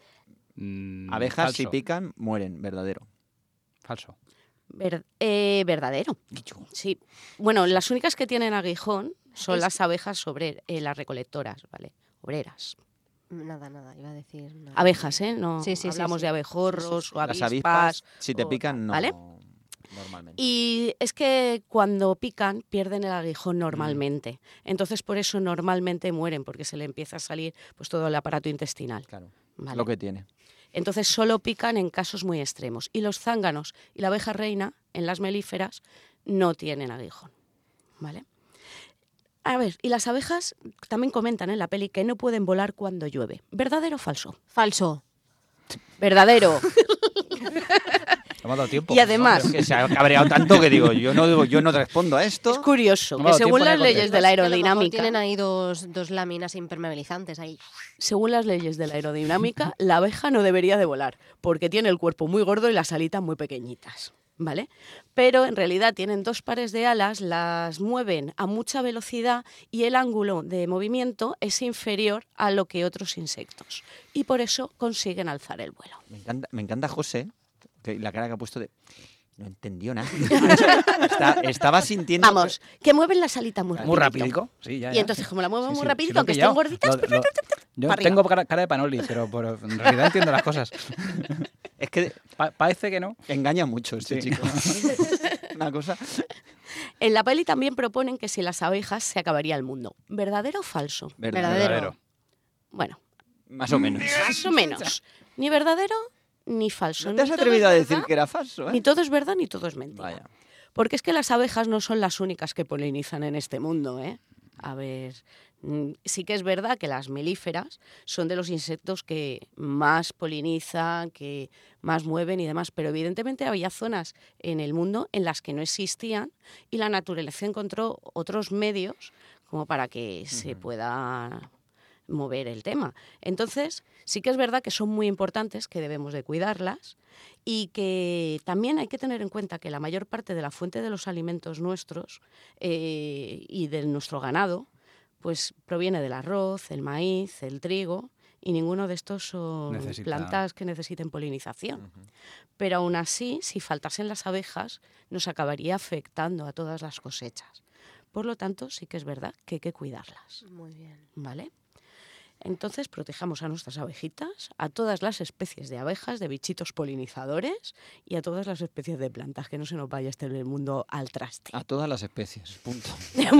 Speaker 4: Mm,
Speaker 3: Abejas, si
Speaker 4: falso.
Speaker 3: pican, mueren, verdadero.
Speaker 4: Falso.
Speaker 1: Ver- eh, verdadero. Sí. Bueno, las únicas que tienen aguijón son
Speaker 2: Es-
Speaker 1: las abejas sobre eh, las recolectoras, ¿vale? Obreras.
Speaker 2: Nada, nada, iba a decir. nada.
Speaker 1: Abejas, ¿eh? No
Speaker 2: Sí, sí, sí,
Speaker 1: hablamos
Speaker 2: sí.
Speaker 1: de abejorros o
Speaker 3: Las avispas,
Speaker 1: avispas,
Speaker 3: si te
Speaker 1: o-
Speaker 3: pican, no.
Speaker 1: ¿vale?
Speaker 3: Normalmente.
Speaker 1: Y es que cuando pican pierden el aguijón normalmente.
Speaker 3: Mm.
Speaker 1: Entonces por eso normalmente mueren, porque se le empieza a salir pues todo el aparato intestinal.
Speaker 3: Claro.
Speaker 1: Vale.
Speaker 3: Lo que tiene.
Speaker 1: Entonces solo pican en casos muy extremos. Y los zánganos y la abeja reina en las melíferas no tienen aguijón. ¿Vale? A ver, y las abejas también comentan ¿eh? en la peli que no pueden volar cuando llueve. ¿Verdadero o falso?
Speaker 2: Falso.
Speaker 1: Verdadero.
Speaker 4: No me ha dado tiempo.
Speaker 1: y además,
Speaker 3: Que se ha cabreado tanto que digo, yo no digo, yo no respondo a
Speaker 1: es
Speaker 3: esto.
Speaker 1: curioso
Speaker 4: No me ha
Speaker 1: que
Speaker 4: dado tiempo
Speaker 1: según
Speaker 4: ni a
Speaker 1: las leyes de la
Speaker 2: Es que a lo mejor
Speaker 1: aerodinámica...
Speaker 2: Tienen ahí dos, dos láminas impermeabilizantes ahí.
Speaker 1: Según las leyes de la aerodinámica, la abeja no debería de volar, porque tiene el cuerpo muy gordo y las alitas muy pequeñitas, ¿vale? Pero en realidad tienen dos pares de alas, las mueven a mucha velocidad y el ángulo de movimiento es inferior a lo que otros insectos. Y por eso consiguen alzar el vuelo.
Speaker 3: Me encanta, me encanta José, que la cara que ha puesto de. No entendió nada. Está- estaba sintiendo.
Speaker 1: Vamos, que mueven las alitas muy,
Speaker 4: Muy
Speaker 1: rapidito.
Speaker 4: rápido. Sí, ya,
Speaker 1: Y
Speaker 4: ya.
Speaker 1: entonces, como la muevo
Speaker 4: Sí,
Speaker 1: muy
Speaker 4: sí, sí
Speaker 1: rapidito,
Speaker 4: lo he
Speaker 1: que estén
Speaker 4: pillado.
Speaker 1: gorditas,
Speaker 4: Lo- lo- yo
Speaker 1: para arriba.
Speaker 4: tengo cara, cara de Panoli, pero, pero en realidad entiendo las cosas.
Speaker 3: Es que
Speaker 4: Pa- parece que no.
Speaker 3: engaña mucho este
Speaker 4: Sí.
Speaker 3: chico. Una cosa.
Speaker 1: en la peli también proponen que si las abejas se acabaría el mundo. ¿Verdadero o falso?
Speaker 2: Verdadero.
Speaker 1: Bueno,
Speaker 3: Más o menos.
Speaker 1: Más o menos. Ni verdadero ni falso.
Speaker 3: No te has
Speaker 1: Ni todo
Speaker 3: atrevido
Speaker 1: es
Speaker 3: a decir
Speaker 1: verdad,
Speaker 3: que era falso,
Speaker 1: Ni
Speaker 3: ¿eh?
Speaker 1: todo es verdad ni todo es mentira.
Speaker 3: Vaya.
Speaker 1: Porque es que las abejas no son las únicas que polinizan en este mundo, ¿eh? A ver, mm, sí que es verdad que las melíferas son de los insectos que más polinizan, que más mueven y demás, pero evidentemente había zonas en el mundo en las que no existían y la naturaleza encontró otros medios como para que se pueda mover el tema. Entonces, sí que es verdad que son muy importantes, que debemos de cuidarlas y que también hay que tener en cuenta que la mayor parte de la fuente de los alimentos nuestros eh, y de nuestro ganado, pues proviene del arroz, el maíz, el trigo y ninguno de estos son
Speaker 4: Necesita-
Speaker 1: plantas que necesiten polinización. Pero aún así, si faltasen las abejas, nos acabaría afectando a todas las cosechas. Por lo tanto, sí que es verdad que hay que cuidarlas.
Speaker 2: Muy bien.
Speaker 1: ¿Vale? Entonces protejamos a nuestras abejitas, a todas las especies de abejas, de bichitos polinizadores y a todas las especies de plantas, que no se nos vaya este mundo al traste.
Speaker 3: A todas las especies, punto.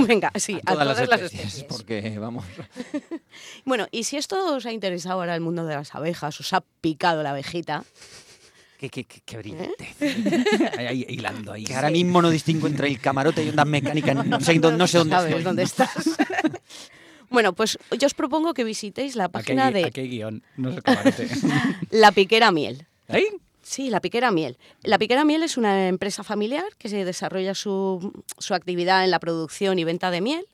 Speaker 1: Venga, sí,
Speaker 3: a todas, las, especies, Porque, vamos,
Speaker 1: Bueno, y si esto os ha interesado ahora el mundo de las abejas, os ha picado la abejita,
Speaker 3: que, que, que, que brillante.
Speaker 4: Ahí, ahí, hilando ahí.
Speaker 3: Que ahora mismo no distingo entre el camarote y ondas mecánicas. No sé, dó- no sé dónde
Speaker 1: sabes
Speaker 3: estoy.
Speaker 1: dónde estás. Bueno, pues yo os propongo que visitéis la
Speaker 4: Aquí hay,
Speaker 1: página
Speaker 4: gui-
Speaker 1: de
Speaker 4: aquí hay guión, no se cabarete.
Speaker 1: La Piquera Miel.
Speaker 4: ¿Ay?
Speaker 1: Sí, La Piquera Miel. La Piquera Miel es una empresa familiar que se desarrolla su, su actividad en la producción y venta de miel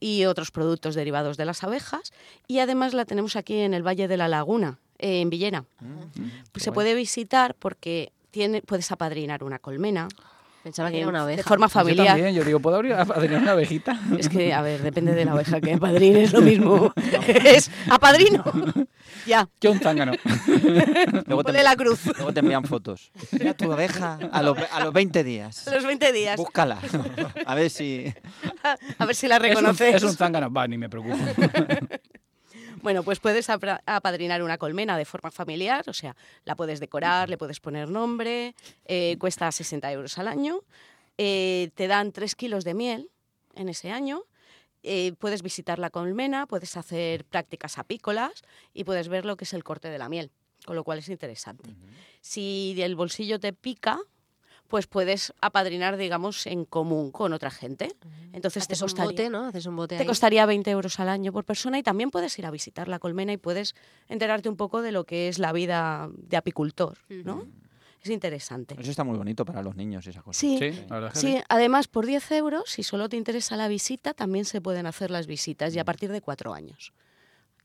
Speaker 1: y otros productos derivados de las abejas. Y además la tenemos aquí en el Valle de la Laguna, eh, en Villena.
Speaker 4: Mm,
Speaker 1: Pues se puede visitar porque tiene, puedes apadrinar una colmena.
Speaker 2: Pensaba que
Speaker 1: eh,
Speaker 2: era una
Speaker 1: de
Speaker 2: abeja.
Speaker 1: forma
Speaker 4: Pues Yo
Speaker 1: familiar.
Speaker 4: también, yo digo, ¿puedo abrir a a tener una abejita?
Speaker 1: Es que, a ver, depende de la oveja que apadrines, lo mismo. es apadrino. ya,
Speaker 4: Yo un zángano.
Speaker 3: Luego te,
Speaker 1: pone la cruz.
Speaker 3: luego te envían fotos. Mira tu abeja a los, a los 20 días.
Speaker 1: A los 20 días.
Speaker 3: Búscala. A ver si.
Speaker 1: A ver si la
Speaker 4: Es un-
Speaker 1: reconoces.
Speaker 4: Es un zángano. Va, ni me preocupo.
Speaker 1: Bueno, pues puedes apra- apadrinar una colmena de forma familiar, o sea, la puedes decorar, le puedes poner nombre, eh, cuesta 60 euros al año, eh, te dan 3 kilos de miel en ese año, eh, puedes visitar la colmena, puedes hacer prácticas apícolas y puedes ver lo que es el corte de la miel, con lo cual es interesante. Si el bolsillo te pica, pues puedes apadrinar, digamos, en común con otra gente. Entonces te
Speaker 2: Ah, Haces un
Speaker 1: costaría...
Speaker 2: bote, ¿no? Haces un bote
Speaker 1: Te
Speaker 2: ahí.
Speaker 1: costaría 20 euros al año por persona y también puedes ir a visitar la colmena y puedes enterarte un poco de lo que es la vida de apicultor, ¿no? Es interesante.
Speaker 3: Eso está muy bonito para los niños, esa cosa.
Speaker 1: Sí,
Speaker 4: Sí, la verdad es que
Speaker 1: sí, además por 10 euros, si solo te interesa la visita, también se pueden hacer las visitas y a partir de cuatro años.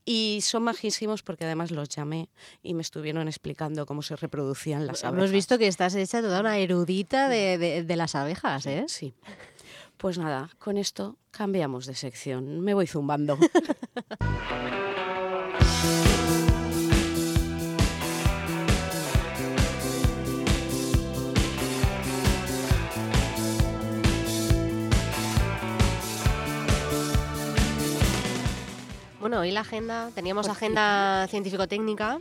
Speaker 1: Y son majísimos porque además los llamé y me estuvieron explicando cómo se reproducían las abejas.
Speaker 2: Hemos visto que estás hecha toda una erudita de, de- de las abejas, ¿eh?
Speaker 1: Sí. Pues nada, con esto cambiamos de sección. Me voy zumbando.
Speaker 2: Bueno, hoy la agenda, teníamos agenda científico-técnica,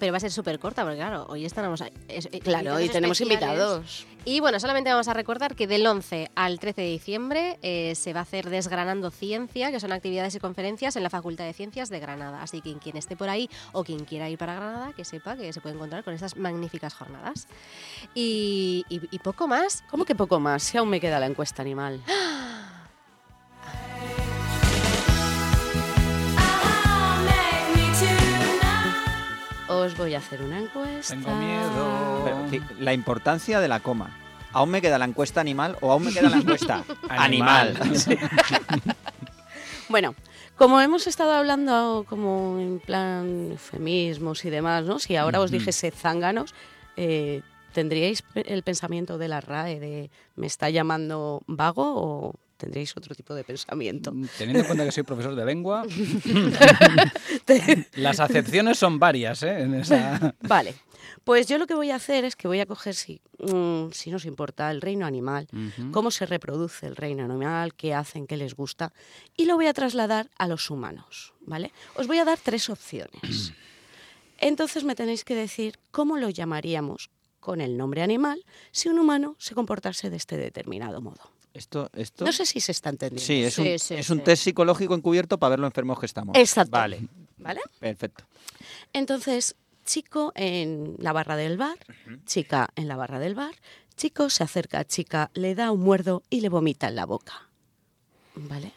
Speaker 2: pero va a ser súper corta, porque claro, hoy estamos... a- es- eh,
Speaker 1: Claro, y tenemos invitados.
Speaker 2: Y bueno, solamente vamos a recordar que del 11 al 13 de diciembre eh, se va a hacer Desgranando Ciencia, que son actividades y conferencias en la Facultad de Ciencias de Granada. Así que quien esté por ahí o quien quiera ir para Granada, que sepa que se puede encontrar con estas magníficas jornadas. Y, y- y poco más.
Speaker 1: ¿Cómo que poco más? Si aún me queda la encuesta animal. Os voy a hacer una encuesta.
Speaker 4: Tengo miedo.
Speaker 3: Pero, sí, la importancia de la coma. ¿Aún me queda la encuesta animal o aún me queda la encuesta animal?
Speaker 1: Bueno, como hemos estado hablando como en plan eufemismos y demás, ¿no? Si ahora os
Speaker 4: Ujú.
Speaker 1: dijese zánganos, eh, ¿tendríais pe- el pensamiento de la RAE de me está llamando vago o tendríais otro tipo de pensamiento?
Speaker 4: Mm, Teniendo en cuenta que soy profesor de lengua, las acepciones son varias, ¿eh? En esa...
Speaker 1: Vale, pues yo lo que voy a hacer es que voy a coger, si, mm, si nos importa, el reino animal, cómo se reproduce el reino animal, qué hacen, qué les gusta, y lo voy a trasladar a los humanos, ¿vale? Os voy a dar tres opciones. Entonces me tenéis que decir cómo lo llamaríamos con el nombre animal si un humano se comportase de este determinado modo.
Speaker 3: Esto, esto.
Speaker 1: No sé si se está entendiendo.
Speaker 3: Sí, es un,
Speaker 2: Sí, sí,
Speaker 3: es un
Speaker 2: sí.
Speaker 3: test psicológico encubierto para ver lo enfermos que estamos.
Speaker 1: Exacto.
Speaker 3: Vale,
Speaker 1: ¿Vale?
Speaker 3: perfecto.
Speaker 1: Entonces, chico en la barra del bar, chica en la barra del bar, chico se acerca a chica, le da un muerdo y le vomita en la boca. ¿Vale?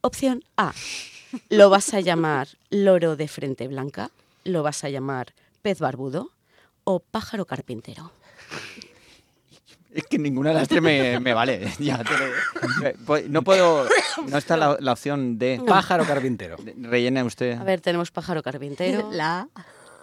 Speaker 1: Opción A. Lo vas a llamar loro de frente blanca, lo vas a llamar pez barbudo o pájaro carpintero.
Speaker 3: Es que ninguna de las tres me, me vale. Ya, te lo- Eh, pues, no puedo. No está la, la opción de.
Speaker 4: Pájaro carpintero.
Speaker 3: de- Rellene usted.
Speaker 1: A ver, tenemos pájaro carpintero, la,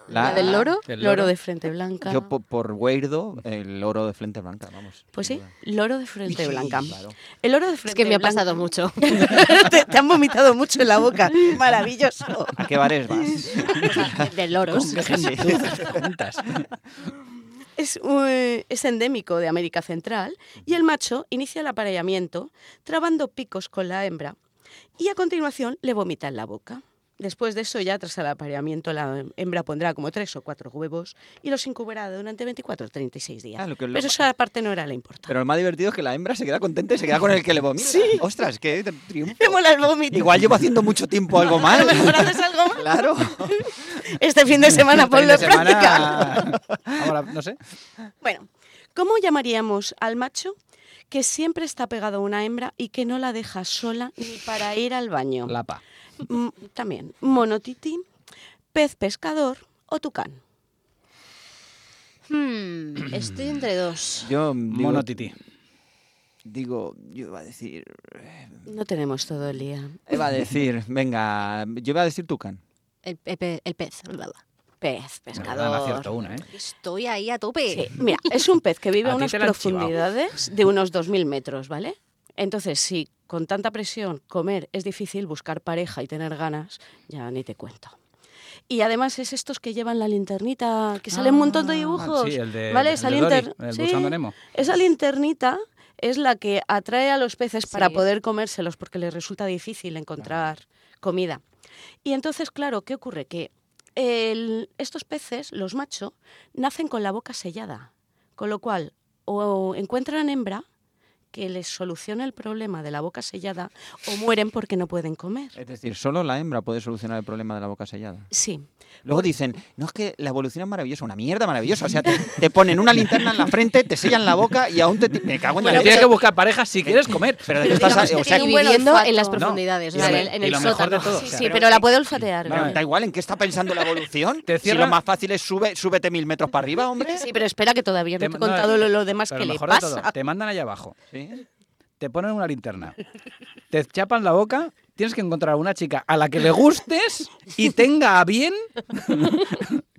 Speaker 2: La...
Speaker 3: La-
Speaker 1: del loro,
Speaker 4: Del
Speaker 1: loro,
Speaker 4: loro.
Speaker 1: de frente blanca.
Speaker 3: Yo po- por Weirdo, el oro de frente blanca, vamos.
Speaker 1: pues
Speaker 3: sin
Speaker 1: sí,
Speaker 3: duda.
Speaker 1: loro de frente blanca.
Speaker 3: Claro.
Speaker 1: El loro de
Speaker 2: Es
Speaker 1: frente
Speaker 2: que me ha
Speaker 1: blanca-
Speaker 2: pasado mucho.
Speaker 1: te, te han vomitado mucho en la boca. Maravilloso.
Speaker 3: ¿A qué bares vas?
Speaker 2: de loros.
Speaker 4: Qué gentuza, qué juntas.
Speaker 1: Es, eh, es endémico de América Central y el macho inicia el apareamiento trabando picos con la hembra y a continuación le vomita en la boca. Después de eso, ya tras el apareamiento, la hembra pondrá como tres o cuatro huevos y los incubará durante 24 o 36 días.
Speaker 3: Ah, lo que lo-
Speaker 1: Pero esa parte no era la importante.
Speaker 3: Pero lo más divertido es que la hembra se queda contenta y se queda con el que le vomita. Ostras, qué triunfo.
Speaker 1: ¡Qué mola el vómito!
Speaker 3: Igual llevo haciendo mucho tiempo algo mal.
Speaker 1: A lo mejor haces algo mal.
Speaker 3: Claro.
Speaker 1: Este fin de semana ponlo en
Speaker 4: Fin de
Speaker 1: práctica.
Speaker 4: semana- Ah, Ahora, no sé.
Speaker 1: Bueno, ¿cómo llamaríamos al macho que siempre está pegado a una hembra y que no la deja sola ni para ir al baño.
Speaker 3: Lapa.
Speaker 1: Mm, También, monotití, pez pescador o tucán.
Speaker 2: Hmm, estoy entre dos.
Speaker 3: Yo digo,
Speaker 4: Monotití.
Speaker 3: digo, yo iba a decir,
Speaker 1: No tenemos todo el día.
Speaker 3: iba Eh, a decir, venga, yo iba a decir Tucán.
Speaker 2: El, el pe- el pez.
Speaker 1: Pez
Speaker 4: Perdón, acierto
Speaker 1: pescador.
Speaker 4: una, ¿eh?
Speaker 2: Estoy ahí a
Speaker 1: Sí,
Speaker 2: tope.
Speaker 1: mira, es un pez que vive
Speaker 4: A
Speaker 1: a
Speaker 4: ti
Speaker 1: unas
Speaker 4: te la han chivado.
Speaker 1: profundidades de unos 2.000 metros, ¿vale? Entonces, si con tanta presión comer es difícil, buscar pareja y tener ganas, ya ni te cuento. Y además es estos que llevan la linternita, que sale un montón de dibujos.
Speaker 4: Ah, sí, el de-
Speaker 1: ¿vale?
Speaker 4: el
Speaker 1: Esa
Speaker 4: de Dory,
Speaker 1: linter-
Speaker 4: el
Speaker 1: sí,
Speaker 4: buscando Nemo.
Speaker 1: Esa linternita es la que atrae a los peces para
Speaker 2: Sí.
Speaker 1: poder comérselos porque les resulta difícil encontrar comida. Y entonces, claro, ¿qué ocurre? Que el- estos peces, los machos, nacen con la boca sellada, con lo cual o encuentran hembra que les solucione el problema de la boca sellada o mueren porque no pueden comer.
Speaker 3: Es decir, solo la hembra puede solucionar el problema de la boca sellada.
Speaker 1: Sí,
Speaker 3: Luego dicen, no es que la evolución es maravillosa, una mierda maravillosa. O sea, te, te ponen una linterna en la frente, te sellan la boca y aún te. Me cago en la
Speaker 4: Bueno,
Speaker 3: leche.
Speaker 4: tienes que buscar parejas si quieres comer.
Speaker 3: Pero de- Estás-
Speaker 2: Digamos
Speaker 3: o
Speaker 2: que
Speaker 3: sea,
Speaker 2: tiene
Speaker 1: que-
Speaker 2: un viviendo
Speaker 1: olfato.
Speaker 2: en las
Speaker 1: No,
Speaker 2: profundidades,
Speaker 4: y
Speaker 2: o sea,
Speaker 4: lo-
Speaker 2: en el, en
Speaker 4: y
Speaker 2: el
Speaker 4: lo mejor
Speaker 2: sótano.
Speaker 4: de todo, o sea,
Speaker 1: sí, pero la puede olfatear.
Speaker 3: No, da igual en qué está pensando la evolución.
Speaker 4: Te
Speaker 3: si lo
Speaker 4: cierran-
Speaker 3: más fácil es sube, súbete mil metros para arriba, hombre.
Speaker 1: Sí, pero espera que todavía no te he
Speaker 4: no,
Speaker 1: contado lo, lo demás
Speaker 4: pero
Speaker 1: que
Speaker 4: lo
Speaker 1: le
Speaker 4: mejor de todo,
Speaker 1: pasa.
Speaker 4: te mandan allá abajo,
Speaker 3: Sí.
Speaker 4: te ponen una linterna, te chapan la boca, tienes que encontrar a una chica a la que le gustes y tenga a bien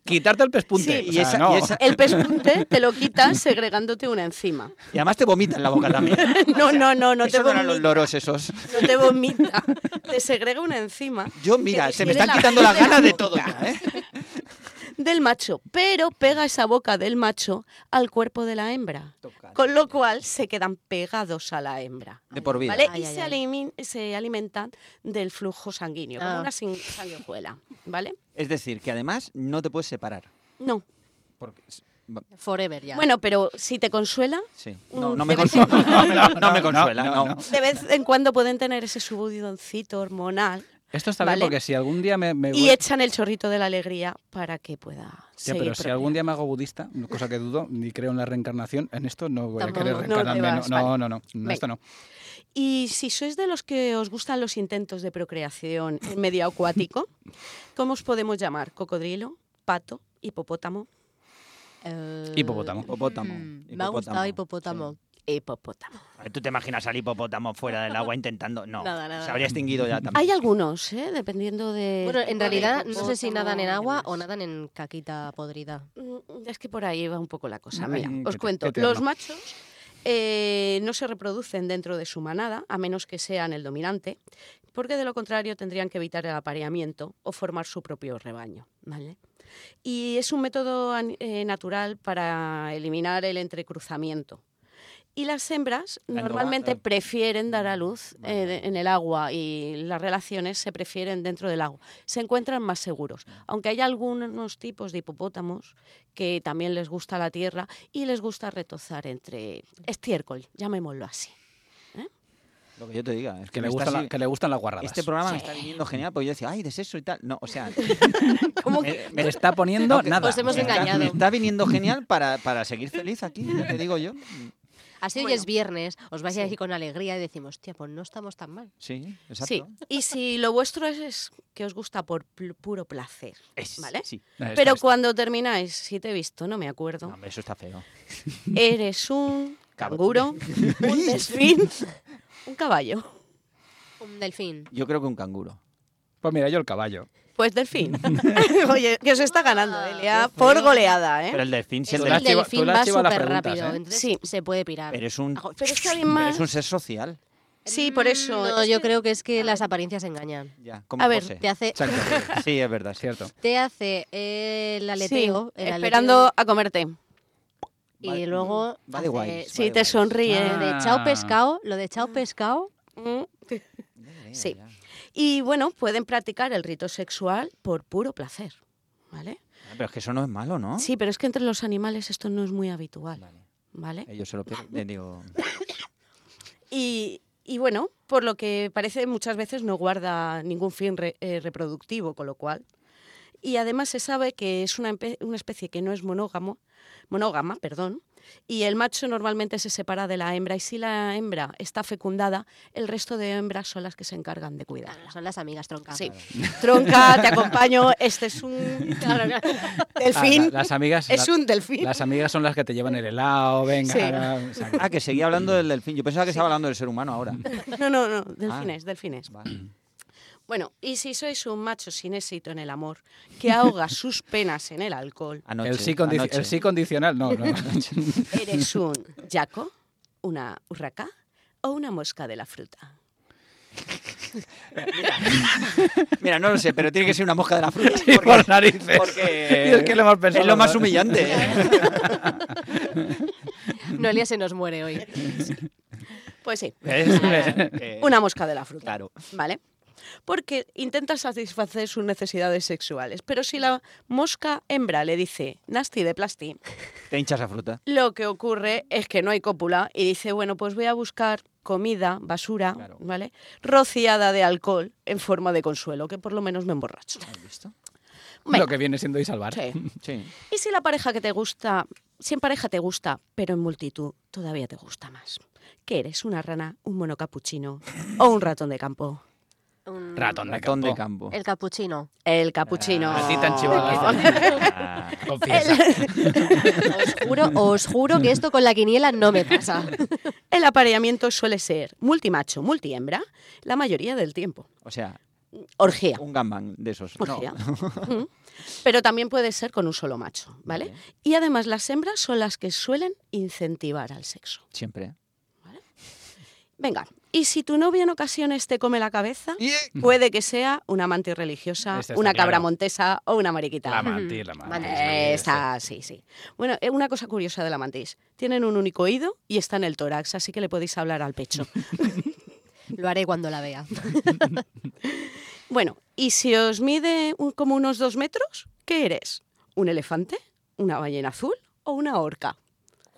Speaker 4: quitarte el pespunte.
Speaker 3: Sí,
Speaker 4: O
Speaker 3: y
Speaker 4: sea,
Speaker 3: esa-
Speaker 4: no.
Speaker 3: y esa-
Speaker 1: El pespunte te lo quitas segregándote una enzima.
Speaker 3: Y además te vomitan la boca también.
Speaker 1: No, no, no, no te
Speaker 3: Eso no eran los
Speaker 1: vomita.
Speaker 3: loros esos.
Speaker 1: No te vomita. Te segrega una enzima.
Speaker 3: Yo,
Speaker 1: que
Speaker 3: mira,
Speaker 1: te
Speaker 3: se me
Speaker 1: tiene
Speaker 3: están
Speaker 1: la
Speaker 3: quitando
Speaker 1: piel
Speaker 3: las
Speaker 1: de la
Speaker 3: ganas de
Speaker 1: boca
Speaker 3: todo ya, ¿eh?
Speaker 1: Del macho, pero pega esa boca del macho al cuerpo de la hembra. Con lo cual se quedan pegados a la hembra.
Speaker 3: De por vida.
Speaker 1: ¿Vale?
Speaker 2: Ay,
Speaker 1: y
Speaker 2: ay,
Speaker 1: se,
Speaker 2: ay.
Speaker 1: alimin- se alimentan del flujo sanguíneo, como
Speaker 2: Ah.
Speaker 1: una sin- sanguijuela. ¿Vale?
Speaker 3: Es decir, que además no te puedes separar.
Speaker 1: No.
Speaker 3: Porque... es-
Speaker 2: Forever ya.
Speaker 1: Bueno, pero si te consuela,
Speaker 3: Sí.
Speaker 1: Mm,
Speaker 3: No, no me
Speaker 1: de vez
Speaker 3: consuela.
Speaker 1: en
Speaker 3: No, no, no me
Speaker 4: No,
Speaker 3: consuela.
Speaker 4: no,
Speaker 3: No,
Speaker 4: no.
Speaker 1: de vez en cuando pueden tener ese subidoncito hormonal
Speaker 4: Esto está bien
Speaker 1: Vale.
Speaker 4: porque si algún día me... me
Speaker 1: y echan el chorrito de la alegría para que pueda
Speaker 4: Ya,
Speaker 1: seguir
Speaker 4: pero si algún día me hago budista, cosa que dudo, ni creo en la reencarnación, en esto no voy a
Speaker 2: Tampoco.
Speaker 4: querer
Speaker 2: No te
Speaker 4: reencarnarme. No,
Speaker 1: vas,
Speaker 4: no,
Speaker 1: vale.
Speaker 4: no, no, no, esto no.
Speaker 1: Y si sois de los que os gustan los intentos de procreación en medio acuático, ¿cómo os podemos llamar? ¿Cocodrilo? ¿Pato? ¿Hipopótamo?
Speaker 2: Eh,
Speaker 4: Hipopótamo.
Speaker 3: Hipopótamo.
Speaker 2: mm, Me ha
Speaker 3: Hipopótamo.
Speaker 2: gustado hipopótamo.
Speaker 1: Hipopótamo.
Speaker 3: ¿Tú te imaginas al hipopótamo fuera del agua intentando? No.
Speaker 2: Nada, nada.
Speaker 3: Se habría extinguido ya también.
Speaker 1: Hay algunos, ¿eh? dependiendo de...
Speaker 2: Bueno, en
Speaker 1: tipo de
Speaker 2: realidad no sé si
Speaker 1: hipopótamo
Speaker 2: nadan en
Speaker 1: y
Speaker 2: agua
Speaker 1: demás.
Speaker 2: o nadan en caquita podrida.
Speaker 1: Mm, Es que por ahí va un poco la cosa.
Speaker 4: Ay,
Speaker 1: Mira,
Speaker 4: qué
Speaker 1: os
Speaker 4: te-
Speaker 1: cuento.
Speaker 4: qué tierno.
Speaker 1: Los machos eh, no se reproducen dentro de su manada, a menos que sean el dominante, porque de lo contrario tendrían que evitar el apareamiento o formar su propio rebaño. ¿vale? Y es un método an- eh, natural para eliminar el entrecruzamiento. Y las hembras
Speaker 3: no va-
Speaker 1: normalmente
Speaker 3: eh,
Speaker 1: prefieren dar a luz
Speaker 3: vale,
Speaker 1: eh,
Speaker 3: vale.
Speaker 1: en el agua y las relaciones se prefieren dentro del agua. Se encuentran más seguros, aunque hay algunos tipos de hipopótamos que también les gusta la tierra y les gusta retozar entre estiércol, llamémoslo así.
Speaker 3: Lo que yo te diga. Es
Speaker 4: Que
Speaker 3: que,
Speaker 4: le,
Speaker 3: me
Speaker 4: gusta
Speaker 3: gusta
Speaker 4: la- que le gustan las guarradas.
Speaker 3: Este programa me está viniendo genial porque yo decía, ay, de sexo y tal. No, o sea,
Speaker 2: ¿Cómo
Speaker 3: me-
Speaker 2: que?
Speaker 3: me-
Speaker 4: Eh, Me está poniendo
Speaker 3: No, que-
Speaker 4: nada.
Speaker 2: Os hemos
Speaker 3: me está-
Speaker 2: engañado.
Speaker 3: me está viniendo genial para, para seguir feliz aquí, ya te digo yo.
Speaker 2: Así hoy
Speaker 1: Bueno.
Speaker 2: es viernes, os vais a decir con alegría y decimos, tía, pues no estamos tan mal.
Speaker 3: Sí, exacto.
Speaker 1: Sí, y si lo vuestro es, es que os gusta por pl- puro placer,
Speaker 3: Es-
Speaker 1: ¿vale?
Speaker 3: Sí.
Speaker 4: Ahí está,
Speaker 1: Pero
Speaker 4: está.
Speaker 1: cuando termináis, si te he visto, no me
Speaker 3: No,
Speaker 1: acuerdo,
Speaker 3: hombre, eso está feo.
Speaker 1: eres un canguro, un delfín, un caballo.
Speaker 2: Un delfín.
Speaker 3: Yo creo que un canguro.
Speaker 4: Pues mira, yo el caballo.
Speaker 1: Pues delfín. Oye, que os está ganando, Elia, por goleada, ¿eh?
Speaker 3: Ah, Pero el delfín
Speaker 2: Es
Speaker 3: siempre...
Speaker 2: que el
Speaker 4: las chiva- tú
Speaker 2: delfín
Speaker 4: las
Speaker 2: va
Speaker 4: chivas las
Speaker 2: súper
Speaker 4: preguntas,
Speaker 2: rápido,
Speaker 4: ¿eh?
Speaker 2: entonces
Speaker 1: Sí.
Speaker 2: se puede pirar.
Speaker 3: Pero es un,
Speaker 1: Pero es que
Speaker 3: pero
Speaker 1: además...
Speaker 3: es un ser social.
Speaker 1: Sí, por eso.
Speaker 2: Mm, No,
Speaker 1: es
Speaker 2: yo
Speaker 1: que-
Speaker 2: creo que es que las apariencias engañan.
Speaker 3: Ya, como
Speaker 1: A ver,
Speaker 3: José.
Speaker 2: Te hace,
Speaker 4: Exacto,
Speaker 3: Sí, es verdad. sí.
Speaker 4: cierto.
Speaker 2: te hace eh, el aleteo,
Speaker 1: Sí,
Speaker 2: el aleteo,
Speaker 1: esperando a comerte.
Speaker 2: y
Speaker 3: Va-
Speaker 2: luego
Speaker 3: va de
Speaker 2: hace-
Speaker 3: guays.
Speaker 1: Sí,
Speaker 3: mm, Vale,
Speaker 1: te
Speaker 3: vale.
Speaker 1: sonríe.
Speaker 2: Lo de
Speaker 4: Ah.
Speaker 2: chao pescado, lo de chao pescado,
Speaker 1: Mm.
Speaker 3: Ya, ya,
Speaker 1: Sí.
Speaker 3: ya.
Speaker 1: Y bueno, pueden practicar el rito sexual por puro placer, ¿vale?
Speaker 3: Ah, Pero es que eso no es malo, ¿no?
Speaker 1: Sí, pero es que entre los animales esto no es muy habitual,
Speaker 3: Vale.
Speaker 1: ¿vale?
Speaker 3: Ellos se lo pierden, digo...
Speaker 1: Y, y bueno, por lo que parece muchas veces no guarda ningún fin re- eh, reproductivo, con lo cual. Y además se sabe que es una, empe- una especie que no es monógamo, monógama, perdón, Y el macho normalmente se separa de la hembra y si la hembra está fecundada, el resto de hembras son las que se encargan de cuidarla.
Speaker 2: Son las amigas
Speaker 4: Ah,
Speaker 2: tronca.
Speaker 1: Sí. Tronca, te acompaño, este es un delfín.
Speaker 4: Ah, la- las amigas.
Speaker 1: es
Speaker 4: la-
Speaker 1: un delfín.
Speaker 4: Las amigas son las que te llevan el helado, venga.
Speaker 1: Sí.
Speaker 4: ahora, o sea,
Speaker 3: Ah, que seguía hablando del delfín. Yo pensaba que estaba hablando del ser humano ahora.
Speaker 1: No, no,
Speaker 4: Ah.
Speaker 1: no, delfines, delfines.
Speaker 3: Vale.
Speaker 1: Bueno, y si sois un macho sin éxito en el amor, que ahoga sus penas en el alcohol,
Speaker 3: Anoche,
Speaker 4: el, sí condi-
Speaker 3: anoche.
Speaker 4: el sí condicional, no, no.
Speaker 1: ¿eres un yaco, una urraca o una mosca de la fruta?
Speaker 3: Mira, no lo sé, pero tiene que ser una mosca de la fruta.
Speaker 4: Sí, por narices.
Speaker 3: porque-
Speaker 4: Y es que lo hemos pensado.
Speaker 3: es lo más humillante.
Speaker 2: Noelia se nos muere hoy.
Speaker 1: Pues sí,
Speaker 3: Es-
Speaker 1: una mosca de la fruta.
Speaker 3: Eh, Claro.
Speaker 1: ¿Vale? Porque intenta satisfacer sus necesidades sexuales, pero si la mosca hembra le dice nasty de plasti,
Speaker 3: Te hinchas a fruta.
Speaker 1: lo que ocurre es que no hay cópula y dice, bueno, pues voy a buscar comida, basura,
Speaker 3: Claro.
Speaker 1: ¿vale? Rociada de alcohol en forma de consuelo, que por lo menos me emborracho.
Speaker 3: ¿Has visto?
Speaker 1: Venga.
Speaker 4: Lo que viene siendo y salvar.
Speaker 1: Sí.
Speaker 3: Sí.
Speaker 1: Y si la pareja que te gusta, si en pareja te gusta, pero en multitud todavía te gusta más. ¿Qué eres? ¿Una rana, un mono capuchino o un ratón de campo?
Speaker 2: Un-
Speaker 4: Ratón de
Speaker 3: Ratón
Speaker 4: campo.
Speaker 3: de campo.
Speaker 2: El capuchino.
Speaker 1: El capuchino.
Speaker 4: A ti te han chivado.
Speaker 3: Ah,
Speaker 4: Confiesa.
Speaker 2: Os juro, os juro que esto con la quiniela no me pasa.
Speaker 1: El apareamiento suele ser multimacho, multihembra, la mayoría del tiempo.
Speaker 3: o sea,
Speaker 1: Orgía.
Speaker 3: un gambán de esos. No.
Speaker 1: Orgía. Mm. Pero también puede ser con un solo macho, ¿vale?
Speaker 3: Vale.
Speaker 1: Y además las hembras son las que suelen incentivar al sexo.
Speaker 3: Siempre.
Speaker 1: Venga, y si tu novia en ocasiones te come la cabeza, puede que sea una amante religiosa,
Speaker 4: Esta está
Speaker 1: una cabra
Speaker 4: clara.
Speaker 1: montesa o una mariquita.
Speaker 4: La mantis, la mantis.
Speaker 2: Mantis,
Speaker 1: Eh, Está, sí, sí. Bueno, eh, una cosa curiosa de la mantis. Tienen un único oído y está en el tórax, así que le podéis hablar al pecho.
Speaker 2: Lo haré cuando la vea.
Speaker 1: Bueno, y si os mide un- como unos dos metros, ¿qué eres? ¿Un elefante? ¿Una ballena azul? ¿O una orca?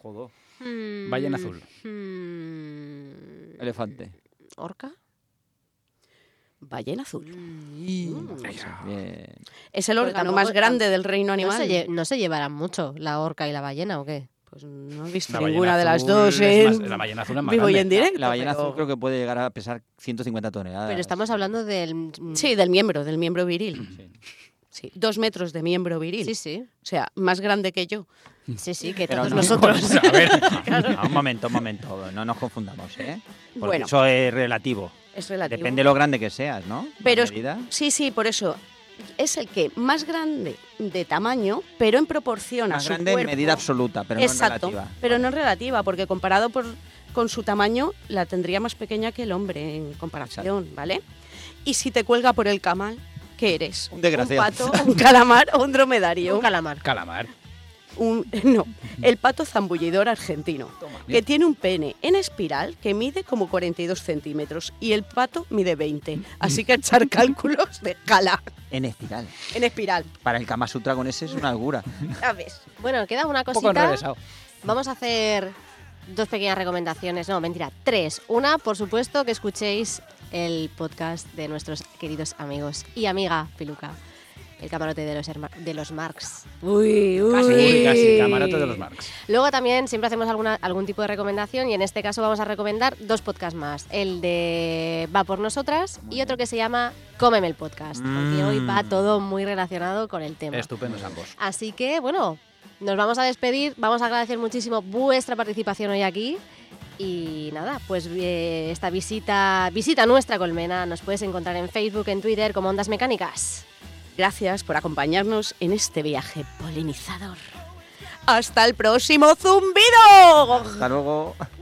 Speaker 3: Jodo.
Speaker 1: Hmm.
Speaker 4: Ballena azul.
Speaker 2: Mm,
Speaker 3: Elefante.
Speaker 2: ¿Orca?
Speaker 1: Ballena azul.
Speaker 3: Ah. Bien.
Speaker 1: Es el
Speaker 2: Pero
Speaker 1: órgano
Speaker 2: tampoco-
Speaker 1: más grande del reino
Speaker 2: ¿No
Speaker 1: animal.
Speaker 2: se, lle- no se llevarán mucho la orca y la ballena o qué?
Speaker 1: Pues no he visto
Speaker 4: La
Speaker 1: ninguna
Speaker 4: ballena
Speaker 1: de las
Speaker 4: azul
Speaker 1: dos
Speaker 4: es
Speaker 1: en
Speaker 4: más- la ballena azul es más
Speaker 1: vivo y
Speaker 4: grande.
Speaker 1: en directo.
Speaker 3: La ballena
Speaker 1: pero-
Speaker 3: azul creo que puede llegar a pesar 150 toneladas.
Speaker 2: Pero estamos hablando del...
Speaker 1: Sí, del miembro, del miembro viril.
Speaker 3: Mm. Sí.
Speaker 1: Sí, dos metros de miembro viril.
Speaker 2: Sí, sí.
Speaker 1: O sea, más grande que yo.
Speaker 2: Sí, sí, que
Speaker 3: Pero
Speaker 2: todos
Speaker 3: no-
Speaker 2: nosotros...
Speaker 3: A ver, no, un momento, un momento. No nos confundamos, ¿eh? Porque
Speaker 1: Bueno.
Speaker 3: eso es relativo.
Speaker 1: Es relativo.
Speaker 3: Depende de lo grande que seas, ¿no? La
Speaker 1: Pero es-
Speaker 3: medida.
Speaker 1: sí, sí, por eso. Es el que más grande de tamaño, pero en proporción a
Speaker 3: Más
Speaker 1: su
Speaker 3: grande en
Speaker 1: cuerpo.
Speaker 3: medida absoluta, pero
Speaker 1: Exacto,
Speaker 3: no en relativa.
Speaker 1: pero no en relativa, porque comparado por, con su tamaño, la tendría más pequeña que el hombre en comparación, ¿vale? Y si te cuelga por el camal, ¿qué eres?
Speaker 3: Un desgraciado.
Speaker 1: pato, un calamar o un dromedario?
Speaker 2: Un calamar.
Speaker 4: Calamar.
Speaker 1: un- no, el pato zambullidor argentino, que tiene un pene en espiral que mide como 42 centímetros y el pato mide 20. Así que echar cálculos de escala
Speaker 3: En espiral.
Speaker 1: en espiral,
Speaker 3: Para el Kama Sutra con ese es una algura.
Speaker 1: ¿sabes?
Speaker 2: Bueno, queda una
Speaker 4: Un poco
Speaker 2: cosita.
Speaker 4: enrevesado.
Speaker 2: Vamos a hacer dos pequeñas recomendaciones. No, mentira, tres. Una, por supuesto, que escuchéis el podcast de nuestros queridos amigos y amiga Piluca. El camarote de los, herma- de los Marx.
Speaker 1: Uy, uy.
Speaker 4: Casi, casi. Camarote de los Marx.
Speaker 2: Luego también siempre hacemos alguna, algún tipo de recomendación y en este caso vamos a recomendar dos podcasts más. El de Va por nosotras y otro que se llama Cómeme el podcast. Porque
Speaker 3: Mm.
Speaker 2: hoy va todo muy relacionado con el tema.
Speaker 4: Estupendos ambos.
Speaker 2: Así que, bueno, nos vamos a despedir. Vamos a agradecer muchísimo vuestra participación hoy aquí. Y nada, pues eh, esta visita, visita nuestra colmena, nos puedes encontrar en Facebook, en Twitter, como Ondas Mecánicas.
Speaker 1: Gracias por acompañarnos en este viaje polinizador. ¡Hasta el próximo zumbido!
Speaker 3: Hasta luego.